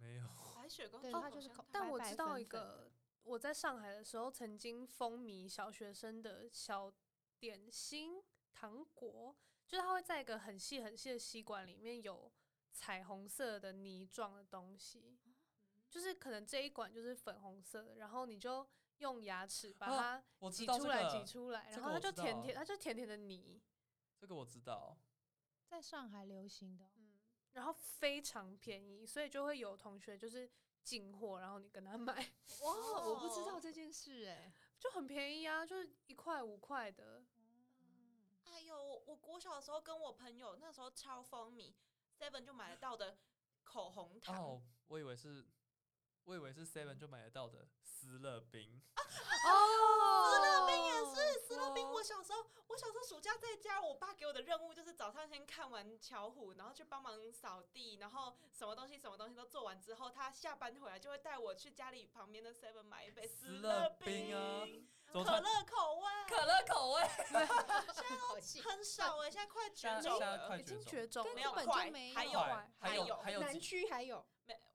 A: 没有。
D: 白雪公主
B: 对
D: 口香
B: 它
D: 糖，
B: 就是口
C: 但
B: 白
C: 我
B: 白
C: 知道
B: 粉
C: 一
B: 粉的
C: 个，我在上海的时候曾经风靡小学生的小点心糖果，就是它会在一个很细很细的吸管里面有彩虹色的泥状的东西，就是可能这一管就是粉红色的，然后你就用牙齿把
A: 啊
C: 它
A: 我知
C: 挤
A: 道
C: 出
A: 这
C: 来挤
A: 个，
C: 出来，
A: 这
C: 然
A: 个我
C: 后它就
A: 知道啊
C: 甜甜，它就甜甜的泥，
A: 这个我知道。
B: 在上海流行的哦、
C: 嗯，然后非常便宜，所以就会有同学就是进货，然后你跟他买。
B: 哇，我不知道
D: 哦
B: 这件事哎、
C: 就很便宜啊，就是一块五块的。
D: 哎呦，我我国小的时候跟我朋友那时候超风靡，seven 就买得到的口红糖，
A: 哦，我以为是，我以为是 Seven 就买得到的斯乐冰。
C: 哦
D: 斯乐冰也是，斯乐冰。
A: 哇
D: 我小时候，我小时候暑假在家，我爸给我的任务就是早上先看完巧虎，然后去帮忙扫地，然后什么东西什么东西都做完之后，他下班回来就会带我去家里旁边的 Seven 买一杯
A: 斯
D: 乐
A: 乐冰啊，怎么
D: 可
A: 突然
D: 乐口味，
A: 乐口味，
B: 好气
D: 很少哎、现在快绝
A: 现在
D: 种
A: 现在
D: 了，
A: 快
C: 已经
A: 绝
C: 绝种了，啊
D: 没有
B: 根本就
D: 快
B: 没，
D: 还
B: 有
D: 有
A: 快还
D: 还
A: 有
D: 有
A: 还有
B: 南
A: 几
B: 区还有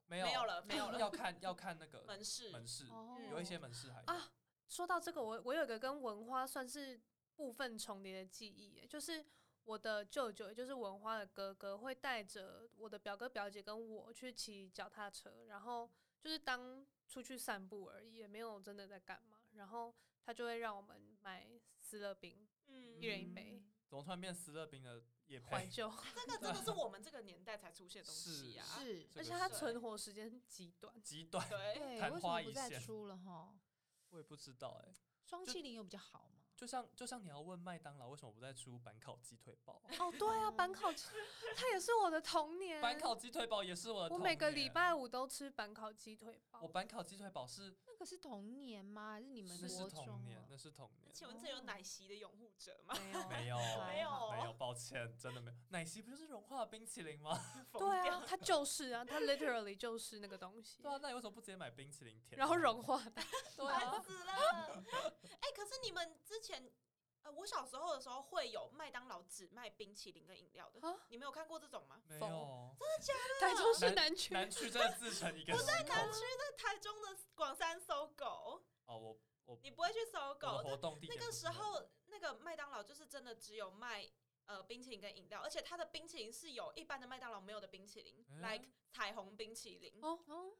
A: 没有
D: 没有了没有了
A: *laughs* 要看要看那个
D: 门市
A: 门市，
B: 哦
A: 有一些门市还有
C: 啊说到这个，我我有一个跟文花算是部分重叠的记忆耶，就是我的舅舅，也就是文花的哥哥，会带着我的表哥表姐跟我去骑脚踏车，然后就是当出去散步而已，也没有真的在干嘛。然后他就会让我们买斯乐
A: *laughs*
C: 冰，
D: 嗯
C: 一人一杯，
A: 怎么突然变斯乐冰的也
C: 怀
A: 配？
C: 旧，
D: 这个真的是我们这个年代才出现的东
A: 是
D: 西啊，
B: 是，
A: 这
C: *laughs* 而
A: 个
C: 且它
A: 是
C: 存活时间极
A: *laughs*
C: 短。
A: 极短，
D: 对，
B: 对，
A: 昙
B: 为什
A: 花
B: 么不
A: 一
B: 再
A: 现
B: 出了哈？
A: 我也不知道哎。
B: 双
A: 就
B: 气灵有比较好吗？
A: 就像就像你要问麦当劳为什么不再出板烤鸡腿堡，
C: 哦，对啊，板
B: 嗯
C: 烤鸡，它也是我的童年。
A: 板烤鸡腿堡也是我的
C: 我
A: 童啊哦
C: 每个礼
A: 年
C: 拜五都吃板烤鸡腿
A: 我
C: 堡。
A: 板烤鸡腿堡是
B: 那个是童年吗？还是你们
A: 那是
B: 国
A: 童
B: 中
A: 年
B: 啊，
A: 那是童年。
D: 请问
C: 哦
D: 这有奶昔的拥护者吗？
B: 没有
A: 没有
B: 还
D: 没有
B: 好
A: 哦没有，抱歉，真的没有。奶昔不就是融化的冰淇淋
D: *laughs*
A: 吗？
C: 对啊，它就是啊，它 literally 就是那个东西
A: 对，啊，那你为什么不直接买冰淇淋甜？
C: 然后融化的。
D: *laughs*
A: 对
D: 烦
A: 啊，
D: 死了！哎、可是你们之前，呃，我小时候的时候会有麦当劳只卖冰淇淋跟饮 *laughs* 料的，
C: *laughs* 啊
D: 你们有看过这种吗？
A: 没 *laughs*
C: 否
A: 有。
C: 台中市
A: 南
C: 南区，
A: 南区真的自成一个
D: *laughs* 我在
A: 时空
D: 南区，在台中的广山搜狗，
A: 哦，我我
D: 你不会去搜
A: 我的
D: 狗。
A: 活动地
D: 那
A: 点
D: 个
A: 不是
D: 时候，那个麦当劳就是真的只有卖呃冰淇淋跟饮料，而且它的冰淇淋是有一般的麦当劳没有的冰淇淋、
A: 嗯
D: l i k e 彩虹冰淇淋，
C: 哦
B: 哦，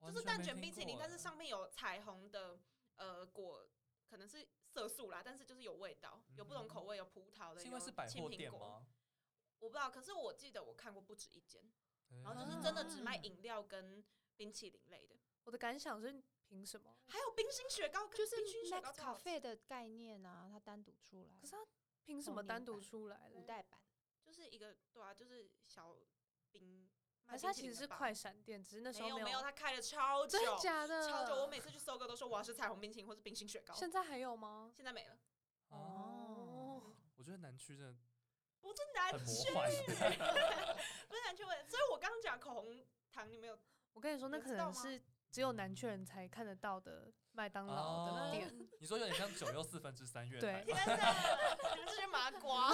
A: 完
D: 就是
A: 全
D: 蛋
A: 没
D: 卷
A: 听
D: 冰淇淋，
A: 过
D: 但是
A: 欸
D: 上面有彩虹的呃果，可能是色素啦，但是就是有味道，有不同口味，有葡萄的，
A: 是因为
D: 有
A: 是百
D: 青
A: 货
D: 苹
A: 店
D: 果？
A: 吗？
D: 我不知道，可是我记得我看过不止一间，
A: 然
D: 然后就是真的只
C: 啊
D: 卖饮料跟冰淇淋类的，
C: 我的感想是凭什么？
D: 还有冰心雪糕跟，
B: 就是
D: 冰心雪
B: Mac
D: 糕
B: Cafe 的概念啊，它单独出来，
C: 可是它凭什么
B: 童年
C: 单独
B: 版
C: 出来
B: 五
C: 了？
B: 代版，
D: 就是一个对啊，就是小冰，卖
C: 还是它
D: 冰淇
C: 其
D: 淋
C: 实
D: 的
C: 是
D: 吧
C: 快闪店，只是那时
D: 没
C: 候
D: 有没
C: 有
D: 有，。
C: *laughs*
D: 它开了超久
C: 真的假的？
D: 超久，我每次去搜狗都说我要吃彩虹冰淇淋或是冰心雪糕，
C: 现在还有吗？
D: 现在没了，
A: 啊，
B: 哦，
A: 我觉得南区真的
D: 不是南
A: 很魔
D: 区。
A: 幻。
D: 不是南区味，所以我刚刚讲口红糖，你没有
C: 我跟你说，那
D: 你
C: 可
D: 知道
C: 能
D: 吗
C: 是只有南区人才看得到的麦当劳
A: 哦
C: 的店。
A: *laughs* 你说有点像九又四分之三月台
C: 对
D: 天
A: 吧，
D: 哪， *laughs* 你们这些麻瓜！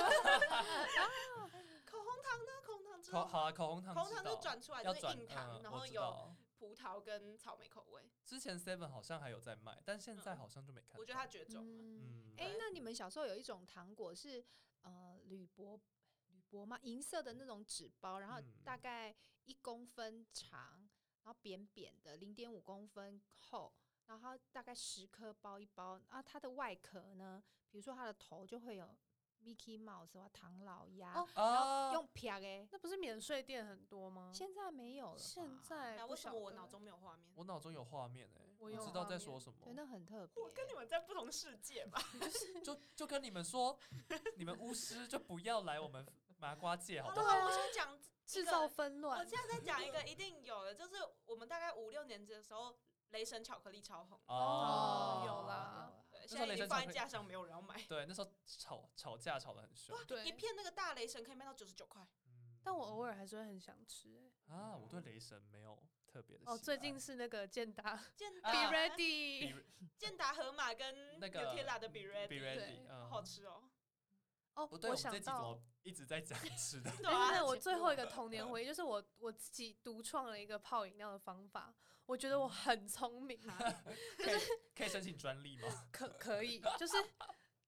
D: 口红糖呢？口红糖知
A: 口
D: 道，
A: 好啊，口红糖
D: 口红
A: 知
D: 糖
A: 道
D: 就转出来
A: 要
D: 就是
A: 转
D: 硬糖，
A: 嗯
D: 然
A: 我
D: 后
A: 知
D: 有
A: 道
D: 葡萄跟草莓口味。
A: 之前 Seven 好像还有在卖，但现在
D: 嗯
A: 好像就没看到。
D: 我觉得它绝种了。啊
B: 嗯，
A: 嗯，
B: 哎
D: 对，
B: 那你们小时候有一种糖果是呃铝箔铝箔嘛，银色的那种纸包，然后
A: 嗯
B: 大概一公分长，然后扁扁的，零点五公分厚，然后大概十颗包一包。啊，它的外壳呢，比如说它的头就会有 Mickey Mouse 啊、唐老鸭，
C: 哦
B: 然后
A: 哦，
B: 用撇的。嗯
C: 那不是免税店很多吗？哎
B: 现在没有了吧，
C: 现在
D: 那
C: 不
D: 为什
C: 晓
D: 么我
C: 得
D: 脑中没有画面？
A: 我脑中有画面哎、
C: 我
A: 我
C: 有
A: 知道
C: 画
A: 在
C: 面
A: 说什么
B: 对，，那很特别。
D: 我跟你们在不同世界吧。
A: 就就跟你们说， *laughs* 你们巫师就不要来我们麻瓜界好
D: 好
A: 不
D: 了，
C: *laughs* 哦
A: 好？
D: 我想 *laughs* 讲
C: 制
D: 一个
C: 造纷
D: 我
C: 乱
D: 现，在在讲一个一定有的，就是我们大概五六年级的时候，雷神巧克力超红，
A: 哦，
C: 有啦
D: 对，
A: 时
D: 现
A: 候
D: 在
A: 雷
D: 已
A: 神巧
D: 经放
A: 克
D: 在
A: 力
D: 架上，没有人要买。
A: 对，那时候吵吵架吵得很凶。
D: 一
C: 对。
D: 片那个大雷神可以卖到九十九块，
A: 嗯
C: 但我偶尔还是会很想吃、欸。
A: 啊，我对雷神没有特别的
C: 哦，
A: 喜
C: 最近
A: 爱
C: 是那个健达
D: 健
A: 啊
C: ，Be
D: 达、
C: *laughs*
A: 比
C: ready。
D: 健达河马跟
A: 那个
D: Nutella 的 Be
A: 比
D: Ready，
A: ready，
C: 对
A: 嗯，
D: 好。吃哦。
C: 哦，
A: 不对，我们
C: 想
A: 这集怎
C: 到
A: 么，一直在讲吃的？
D: 对
C: 但
D: 啊，
C: 是我最后一个童年回忆就是我我自己独创了一个泡饮料的方法，我觉得
A: 嗯
C: 我很聪明，
A: *laughs* 可以可以申请专利吗？
C: 可可以，就是，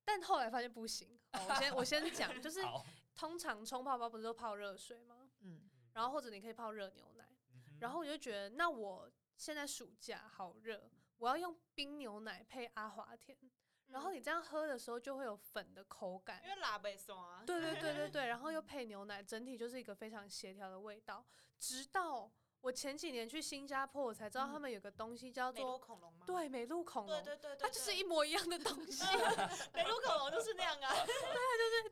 C: 但后来发现不行。好，我先我先
A: *laughs*
C: 讲， *laughs* 就是
A: 好，
C: 通常冲泡包不是都泡热水吗？
B: 嗯，
C: 然后或者你可以泡热牛奶，
A: 嗯哼
C: 然后我就觉得，那我现在暑假好热，我要用冰牛奶配阿华田，然后
D: 嗯
C: 你这样喝的时候就会有粉的口感
D: 因。为嗯喇叭送啊，
C: 对对对对对，然后又配牛奶，整体就是一个非常协调的味道。直到我前几年去新加坡，我才知道他们有个东西叫
D: 嗯美露
C: 做
D: 恐龙吗？
C: 对美露恐龙
D: 对，对对对，
C: 它就是
D: 对
C: 一模一样的东西，
D: *laughs* 美露恐龙就是那样
A: *laughs*
D: 啊。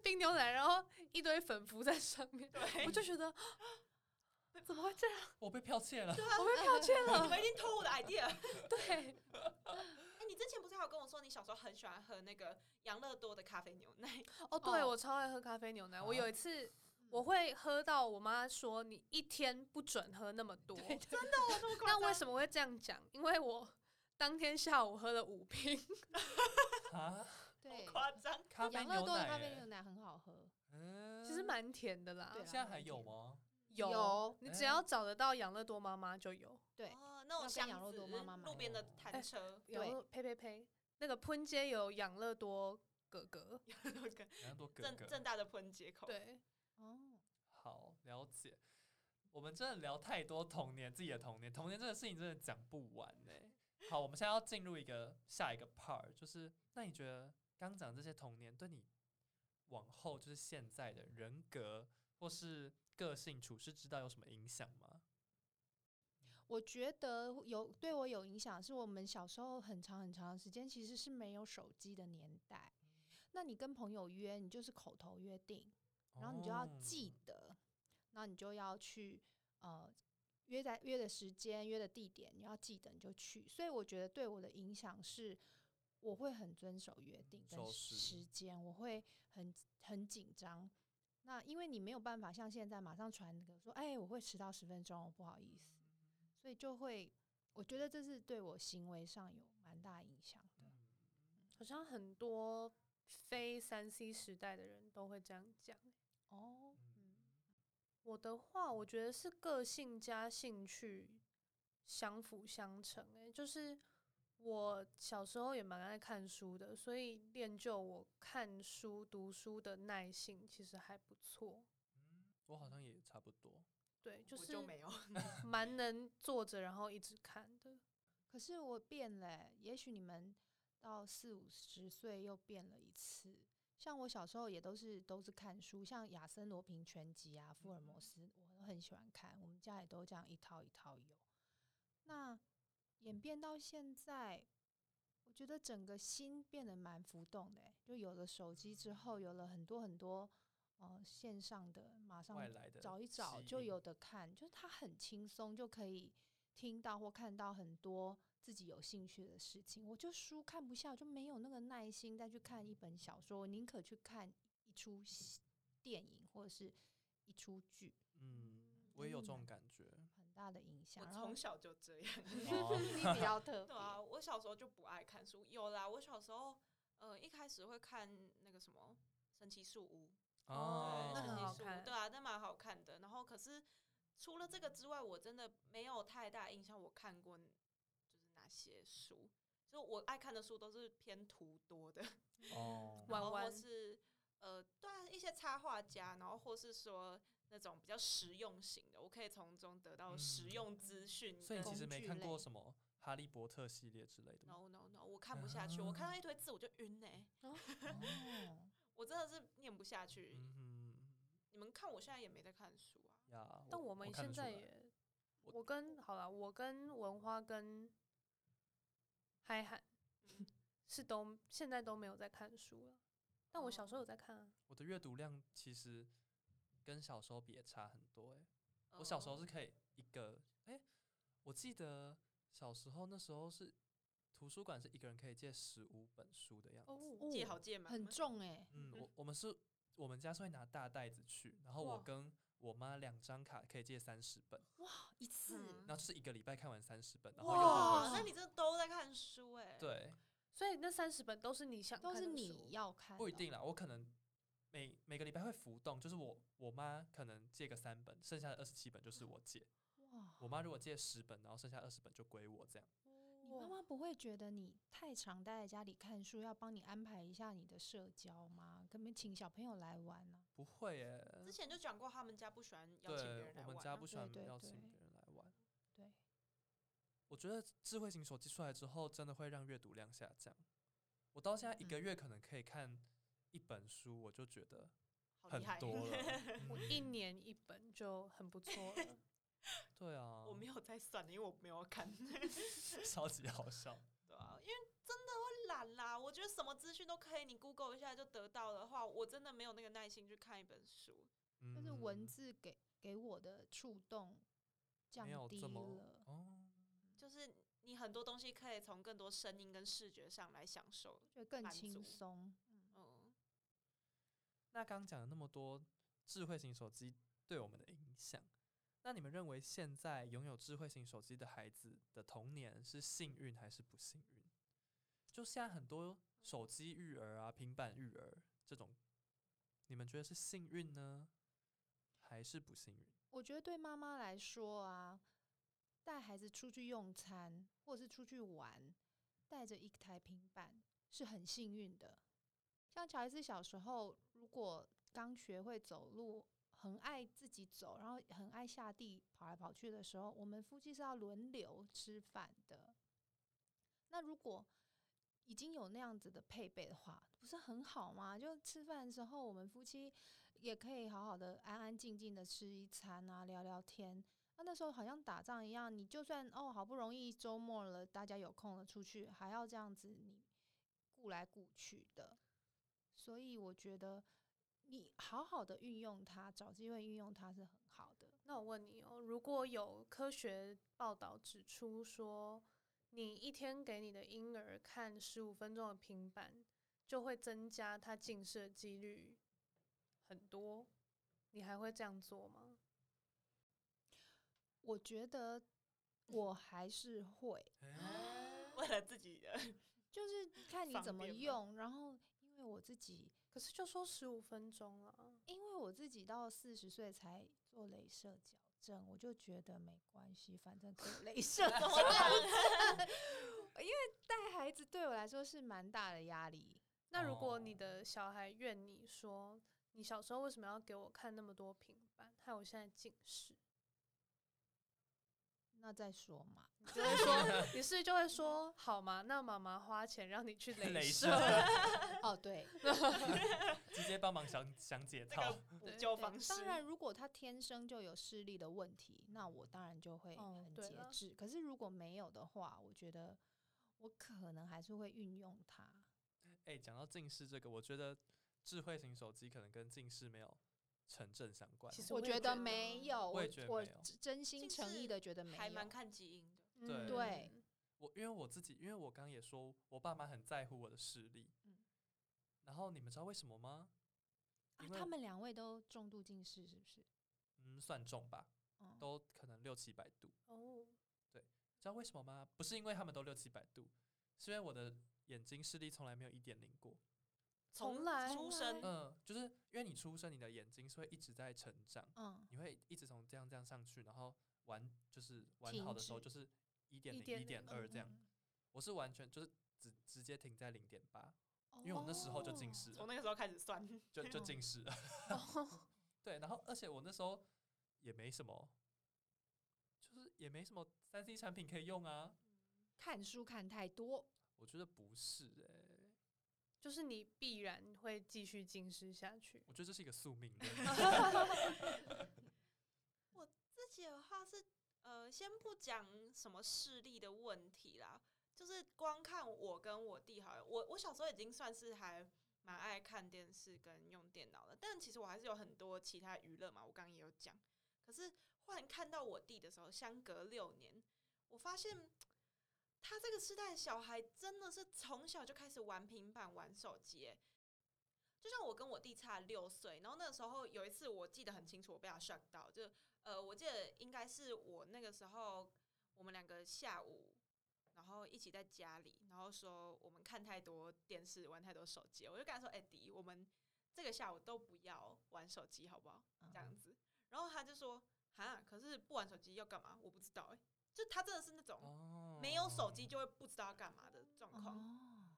C: 冰牛奶，然后一堆粉浮在上面，
D: 对 *laughs*
C: 我，就觉得怎么会这样？
A: 我被剽窃了，
C: 我被剽
D: *laughs*
C: 窃
D: 你
C: 了。
D: 们一定偷我的 idea。哎，
C: 对，
D: 你之前不是还有跟我说，你小时候很喜欢喝那个养乐多的咖啡牛奶？
C: 哦，对，
B: 哦
C: 我超爱喝咖啡牛奶。我
A: 好
C: 有一次我会喝到我妈说你一天不准喝 *laughs* 那么多。
D: 真的哦，这么夸
C: *laughs* 那
D: 张？
C: 为什么会这样讲？因为我当天下午喝了五瓶，哦
A: 啊，
B: 对
D: 好，夸张？
A: 咖啡
B: 养乐
A: 牛
B: 多的
A: 奶
B: 咖啡
A: 欸
B: 牛，奶很好喝，
A: 嗯，
C: 其实蛮啊甜的啦
B: 对。啦
A: 现在还有吗？
C: 有，
B: 有
C: 你只要找得到养乐多妈妈就有。
B: 对
D: 哦，那种
B: 要跟
D: 箱
B: 养乐
D: 子
B: 多妈妈买
D: 路边的
A: 哦
D: 摊车， *laughs*
C: 有
B: 对
C: 呸呸呸，那个喷街有养乐多哥哥。
D: 那个
A: 很多哥
D: 正
A: 哥。
D: 正大的喷街口。，
C: 对，
B: 哦，
A: 好，了解。我们真的聊太多童年，自己的童年，童年这个事情真的讲不完呢、好，我们现在要进入一个下一个 part，就是那你觉得刚讲这些童年对你往后就是现在的人格或是个性处事之道有什么影响吗？
B: 我觉得有对我有影响，是我们小时候很长很长的时间其实是没有手机的年代。那你跟朋友约，你就是口头约定，然后你就要
A: 哦
B: 记得，然后你就要去呃约在约的时间、约的地点，你要记得你就去。所以我觉得对我的影响是，我会很遵守约定
A: 守
B: 跟
A: 时
B: 时间，我会很很紧张。那因为你没有办法像现在马上传个说，哎，我会迟到十分钟，不好意思，所以就会，我觉得这是对我行为上有蛮大影响的。
A: 哦
C: 好像很多非三 C 时代的人都会这样讲。
B: 哦，
C: 我的话，我觉得是个性加兴趣相辅相成、欸。就是我小时候也蛮爱看书的，所以练就我看书、读书的耐性其实还不错。
A: 嗯我好像也差不多。
C: 对，就
D: 我
C: 是
D: 就没有。
C: 蛮能坐着然后一直看的。
B: 可是我变了欸、也许你们到四五十岁又变了一次。像我小时候也都是都是看书，像亚森罗平全集啊、福尔摩斯，我都很喜欢看。我们家也都这样一套一套有。那演变到现在，我觉得整个心变得蛮浮动的欸、就有了手机之后，有了很多很多呃线上的，马上
A: 外来的
B: 找一找
A: 吸
B: 就
A: 引
B: 有的看，就是它很轻松就可以听到或看到很多自己有兴趣的事情。我就书看不下，我就没有那个耐心再去看一本小说，我宁可去看一出戏电影或者是一出剧，
A: 嗯，我也有这种感觉。
B: 很大的影响。
D: 我
B: 然后
D: 从小就这样。
A: 哦
B: *laughs* 你比较特别
D: *laughs* 对，啊，我小时候就不爱看书。有啦，我小时候呃一开始会看那个什么《神奇树屋》
A: 哦
B: *laughs*
C: 对，那
D: 神
C: 很
D: 奇
C: 好
D: 树
A: 嗯
D: 屋
C: 看
D: 对啊，那蛮好看的。然后可是除了这个之外，我真的没有太大印象，我看过就是哪些书。就我爱看的书都是偏图多的，
A: 哦
D: 然
C: 玩
D: 后或
C: 玩
D: 是呃，对啊，一些插画家，然后或是说那种比较实用型的，我可以从中得到实
A: 嗯
D: 用资讯。
A: 所以你其
B: 工
A: 实没
B: 具
A: 看过
B: 类
A: 什么哈利波特系列之类的吗？
D: no no no，我看不下
A: 啊
D: 去，我看到一堆字我就晕欸呢、
A: *laughs*
B: 哦，
D: 我真的是念不下去。
A: 嗯哼
D: 你们看我现在也没在看书啊，
A: 呀，
C: 但我们
A: 看得
C: 现
A: 出来
C: 在也，我跟好了，我跟文花跟嗨涵
D: 嗯
C: 是都现在都没有在看书了，但我小时候有在看啊。
A: 我的阅读量其实跟小时候比也差很多诶、我小
D: 嗯
A: 时候
D: 哦
A: 是可以一个诶、我记得小时候那时候是图书馆是一个人可以借十五本书的样子。
D: 哦借好借满
B: 很
D: 吗
B: 重哎，
A: 嗯，
D: 嗯
A: 我我们是我们家是会拿大袋子去，然后我
B: 哇
A: 跟我妈两张卡可以借三十本，
B: 一次
D: 嗯
A: 然后就是一个礼拜看完三十本，然后又
B: 哇
A: 会
D: 哇，那你真的都在看书哎、
A: 回对，
C: 所以那三十本都是你想看
B: 都
C: 的
B: 是
C: 书
B: 你要看，
A: 不一，定啦，我可能每每个礼拜会浮动，就是我我妈可能借个三本，剩下的二十七本就是我借。
D: 哦
A: 我
B: 哇，
A: 妈如果借十本，然后剩下二十本就归我这样。
B: 你妈妈不会觉得你太常待在家里看书，要帮你安排一下你的社交吗？可不可以请小朋友来玩啊呢？
A: 不会耶、
D: 之前就讲过，他们家不喜欢邀请
A: 对
D: 别人来
A: 我
D: 玩、
A: 们
D: 啊。
A: 家不喜欢
B: 对对
A: 邀请
B: 对
A: 别人来玩。
B: 对，
A: 我觉得智慧型手机出来之后，真的会让阅读量下降。我到现在一个
B: 嗯
A: 月可能可以看一本书，我就觉得
D: 好
A: 很
D: 厉害
A: 多了。
C: 我
A: 嗯
C: 一年一本就很不错了。
A: 对啊，
D: *laughs* 我没有在算的，因为我没有看， *laughs*
A: 超级好笑。
D: 对啊，因为真的会懒啦。我觉得什么资讯都可以，你 Google 一下就得到的话，我真的没有那个耐心去看一本书。
B: 就是文
A: 嗯
B: 字给给我的触动降
A: 没有
B: 低
A: 这么
B: 了。
A: 哦，
D: 就是你很多东西可以从更多声音跟视觉上来享受。
B: 就更
D: 满
B: 轻
D: 足
B: 松。
D: 嗯， *laughs*
A: 那刚刚讲了那么多智慧型手机对我们的影响，那你们认为现在拥有智慧型手机的孩子的童年是幸运还是不幸运？就现在很多手机育儿啊、平板育儿这种，你们觉得是幸运呢，还是不幸运？
B: 我觉得对妈妈来说啊，带孩子出去用餐或是出去玩，带着一台平板是很幸运的。像乔伊斯小时候，如果刚学会走路，很爱自己走，然后很爱下地跑来跑去的时候，我们夫妻是要轮流吃饭的。那如果已经有那样子的配备的话，不是很好吗？就吃饭的时候，我们夫妻也可以好好的、安安静静的吃一餐啊，聊聊天。啊那那时候好像打仗一样，你就算哦，好不容易周末了，大家有空了出去，还要这样子你顾来顾去的。所以我觉得你好好的运用它，找机会运用它是很好的。
C: 那我问你哦，如果有科学报道指出说，你一天给你的婴儿看十五分钟的平板，就会增加他近视的几率很多，你还会这样做吗？
B: 我觉得我还是会，
C: 哎
D: 啊为了自己的，
B: 就是看你
D: 方
B: 怎么
D: 便吗
B: 用。然后因为我自己，
C: 可是就说十五分钟了啊，
B: 因为我自己到四十岁才做镭射矫正，我就觉得没关系，反正可以镭射矫 *laughs* 正。因为带孩子对我来说是蛮大的压力，
C: 那如果你
A: 哦
C: 的小孩怨你说，你小时候为什么要给我看那么多平板，害我现在近视，
B: 那再说嘛。
C: 你就会说，你是不是就会说，好吗？那妈妈花钱让你去
A: *laughs* 镭
C: 射。
B: 哦，对， *laughs*
A: 直接帮忙想想解
D: 这个
A: 套。
D: 补
C: 对
D: 救
B: 对
D: 方式。
B: 当然，如果他天生就有视力的问题，那我当然就会
C: 哦
B: 很
C: 对
B: 节
C: 了
B: 制。可是如果没有的话，我觉得我可能还是会运用它。
A: 哎、讲到近视这个，我觉得智慧型手机可能跟近视没有成正相关。
C: 其实
B: 我
C: 也
B: 觉
C: 觉
B: 得
C: 得
B: 没有，
A: 啊我
B: 我
A: 也觉得
B: 我
A: 没有
B: 真心
D: 近
B: 诚意
D: 视
B: 的觉得没
D: 还
B: 有
D: 蛮。看基因的。
C: 嗯
A: 对
B: 对
A: 我因为我自己，因为我刚刚也说，我爸妈很在乎我的视力。
B: 嗯
A: 然后你们知道为什么吗？
B: 啊
A: 因，为
B: 他们两位都重度近视，是不是？
A: 嗯，算重吧，
B: 嗯，
A: 都可能六七百度。
C: 哦，
A: 知道为什么吗？不是因为他们都六七百度，是因为我的眼睛视力从来没有一点零过。
C: 从来
D: 出生
A: 嗯、就是因为你出生，你的眼睛是会一直在成长，
B: 嗯，
A: 你会一直从这样这样上去，然后完就是完
B: 停
A: 好的时候
B: 止
A: 就是一点零、
C: 1.0
A: 一点二这样。
B: 嗯，
A: 我是完全就是直直接停在零点八，因为我那时候就近
B: 哦
A: 视了
D: 啊从那个时候开始算，
A: 就就
B: 哦
A: 近视了。 *laughs* 对，然后而且我那时候也没什么，就是也没什么三 C 产品可以用啊。
B: 看书看太多，
A: 我觉得不是欸诶、
C: 就是你必然会继续近视下去。
A: 我觉得这是一个宿命论。
D: *laughs* 自己的话是，呃，先不讲什么视力的问题啦，就是光看我跟我弟好了，我我小时候已经算是还蛮爱看电视跟用电脑的，但其实我还是有很多其他娱乐嘛，我刚刚也有讲。可是忽然看到我弟的时候，相隔六年，我发现他这个时代的小孩真的是从小就开始玩平板、玩手机、欸，就像我跟我弟差六岁，然后那时候有一次我记得很清楚，我被他 shock 到，就呃，我记得应该是我那个时候，我们两个下午，然后一起在家里，然后说我们看太多电视，玩太多手机，我就跟他说：“哎、迪，我们这个下午都不要玩手机，好不好？”这样子，然后他就说：“哈，可是不玩手机要干嘛？我不知道、哎，就他真的是那种
A: 哦
D: 没有手机就会不知道要干嘛的状况，
B: 哦，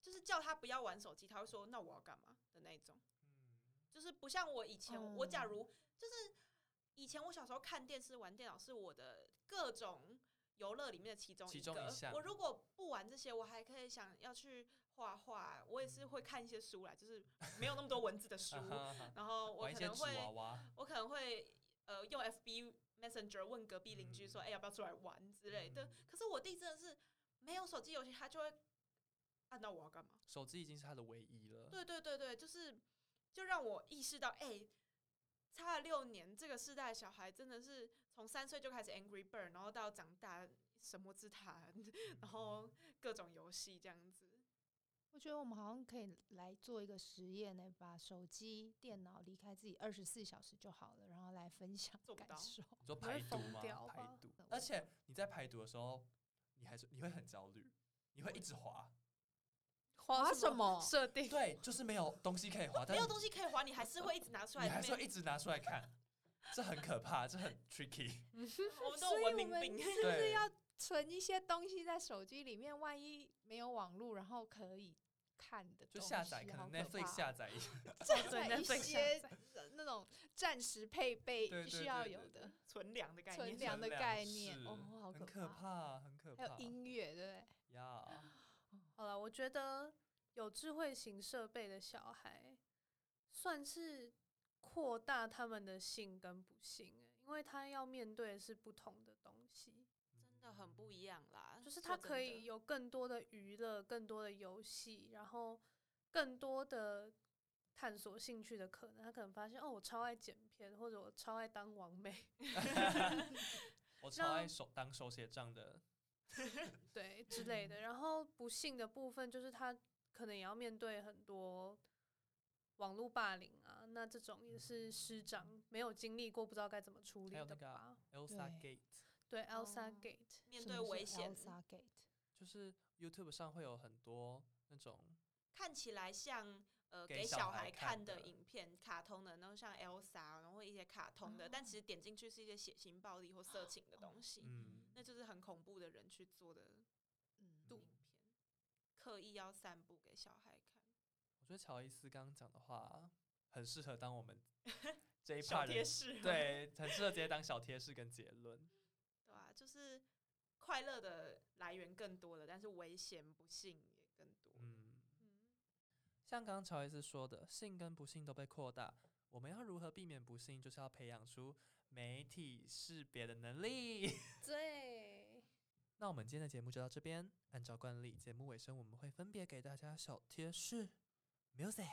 D: 就是叫他不要玩手机，他会说：“那我要干嘛？”的那一种。
A: 嗯
D: 就是不像我以前，我假
B: 哦
D: 如就是以前我小时候看电视、玩电脑是我的各种游乐里面的其中
A: 其
D: 一
A: 中一
D: 个。
A: 项
D: 我如果不玩这些，我还可以想要去画画，我也是会看一些书啦，就是没有那么多文字的书
A: *laughs* 啊。哈哈
D: 然后我
A: 玩一
D: 可
A: 些
D: 能
A: 纸娃
D: 会，
A: 娃
D: 我可能会呃用 FB Messenger 问隔壁邻居说，
A: 嗯
D: 哎、要不要出来玩之类的
A: 嗯。
D: 可是我弟真的是没有手机游戏，他就会按到我要干嘛？
A: 手机已经是他的唯一了。
D: 对对对对，就是就让我意识到，哎、差了六年，这个世代的小孩真的是从三岁就开始 Angry Bird，然后到长大神魔之塔，啊 *laughs* 然后
A: 嗯
D: 各种游戏这样子。
B: 我觉得我们好像可以来做一个实验呢，把手机、电脑离开自己二十四小时就好了，然后来分享
D: 做不
B: 感
D: 到
A: *laughs*
B: 受。
A: 你说
C: 你会
A: 排毒
C: 疯
A: 吗？
C: 掉
A: 排
C: 吧
A: 毒
B: 那，
A: 而
B: 我
A: 且你在排毒的时候，你还是你会很焦虑，你会一直滑。
B: 划什么
C: *laughs* 设定？
A: 对，就是没有东西可以滑，但
D: 没有
A: 你
D: 东西可以玩，你还是会一直拿出来
A: 你还是
D: 那
A: 会
D: 边。
A: 一直拿出来
B: *laughs*
A: 看，这很可怕，这很 tricky。
D: 我们都
B: 所
D: 有
B: 以
D: 文
B: 我
D: 明
A: *laughs*
B: 们
D: 病。
B: 是不是
A: 对
B: 要存一些东西在手机里面？万一没有网络，然后可以看的
A: 就
B: 东
A: 下载，
B: 西
A: 可
B: 好
A: 能
B: 可
A: Netflix
B: 怕
A: 下载一下，
B: 下
C: 对
B: 载一
C: Netflix 下
B: 些呃那种暂时配备
A: 对对
B: 需
A: 对
B: 要
A: 对
B: 有
A: 对
B: 的，
D: *laughs* 存粮的概
B: 存
D: 念，
B: 粮的
A: 存
B: 概念
A: 是
B: 哦
A: 很
B: 好可
A: 可怕，很可
B: 还
A: 怕
B: 有音乐，对不对？
A: 呀。
C: 好了，我觉得有智慧型设备的小孩，算是扩大他们的性跟不幸、欸，因为他要面对的是不同的东西，
D: 真的很不一样啦。
C: 就是
D: 说
C: 他
D: 真
C: 可
D: 的
C: 以有更多的娱乐、更多的游戏，然后更多的探索兴趣的可能。他可能发现，哦，我超爱剪片，或者我超爱当王美，
A: 我超爱
C: 那
A: 手当手写账的，
C: 对之类
A: 嗯
C: 的。然后不幸的部分就是他可能也要面对很多网络霸凌啊，那这种也是师长没有经历过，不知道该怎么处理
A: 嗯还有
C: 的
A: 那个啊
C: 吧？
A: Elsa
B: 对
A: Gate，
C: 对，Elsa
D: 哦
C: Gate，
D: 面对危险，
B: ，Elsa Gate
A: 就是 YouTube 上会有很多那种
D: 看起来像呃
A: 给
D: 给
A: 小
D: 小
A: 孩
D: 孩
A: 看
D: 看的
A: 的
D: 影片、卡通的，然后像 Elsa，然后一些卡通的，但
B: 哦
D: 其实点进去是一些血腥、暴力或色情的东西，
A: 嗯
D: 那就是很恐怖的人去做的
B: 嗯
D: 影片，刻意要散布给小孩看。
A: 我觉得乔伊斯刚刚讲的话很适合当我
B: *laughs*
A: 们这一
D: 小
A: part
D: 贴
A: 人，
D: 士，
A: 对，很适合直接当小贴士跟结论。
D: 对啊，就是快乐的来源更多了，但是危险、不幸也更多。
A: 嗯，像刚刚乔伊斯说的，幸跟不幸都被扩大，我们要如何避免不幸，就是要培养出媒体识别的能力。 *laughs*
C: 对，
A: 那我们今天的节目就到这边。按照惯例，节目尾声我们会分别给大家小贴士。Music，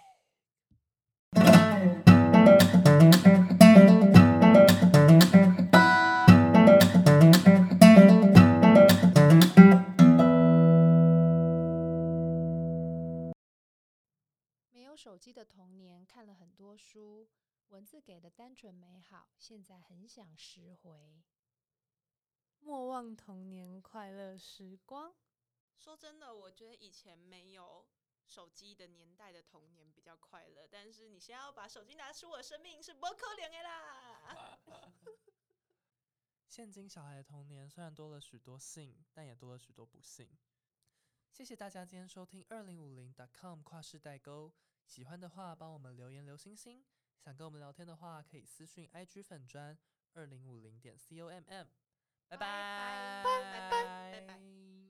B: 没有手机的童年，看了很多书，文字给的单纯美好，现在很想拾回。
C: 莫忘童年快乐时光。
D: 说真的，我觉得以前没有手机的年代的童年比较快乐，但是你现在要把手机拿出我的生命是不可怜的啦。 *laughs*
A: 现今小孩的童年虽然多了许多幸，但也多了许多不幸。谢谢大家今天收听二零五零 .com 跨世代沟，喜欢的话帮我们留言留星星，想跟我们聊天的话，可以私讯 IG 粉砖二零五零点 com m。拜
D: 拜拜
A: 拜
D: 拜拜拜
A: 拜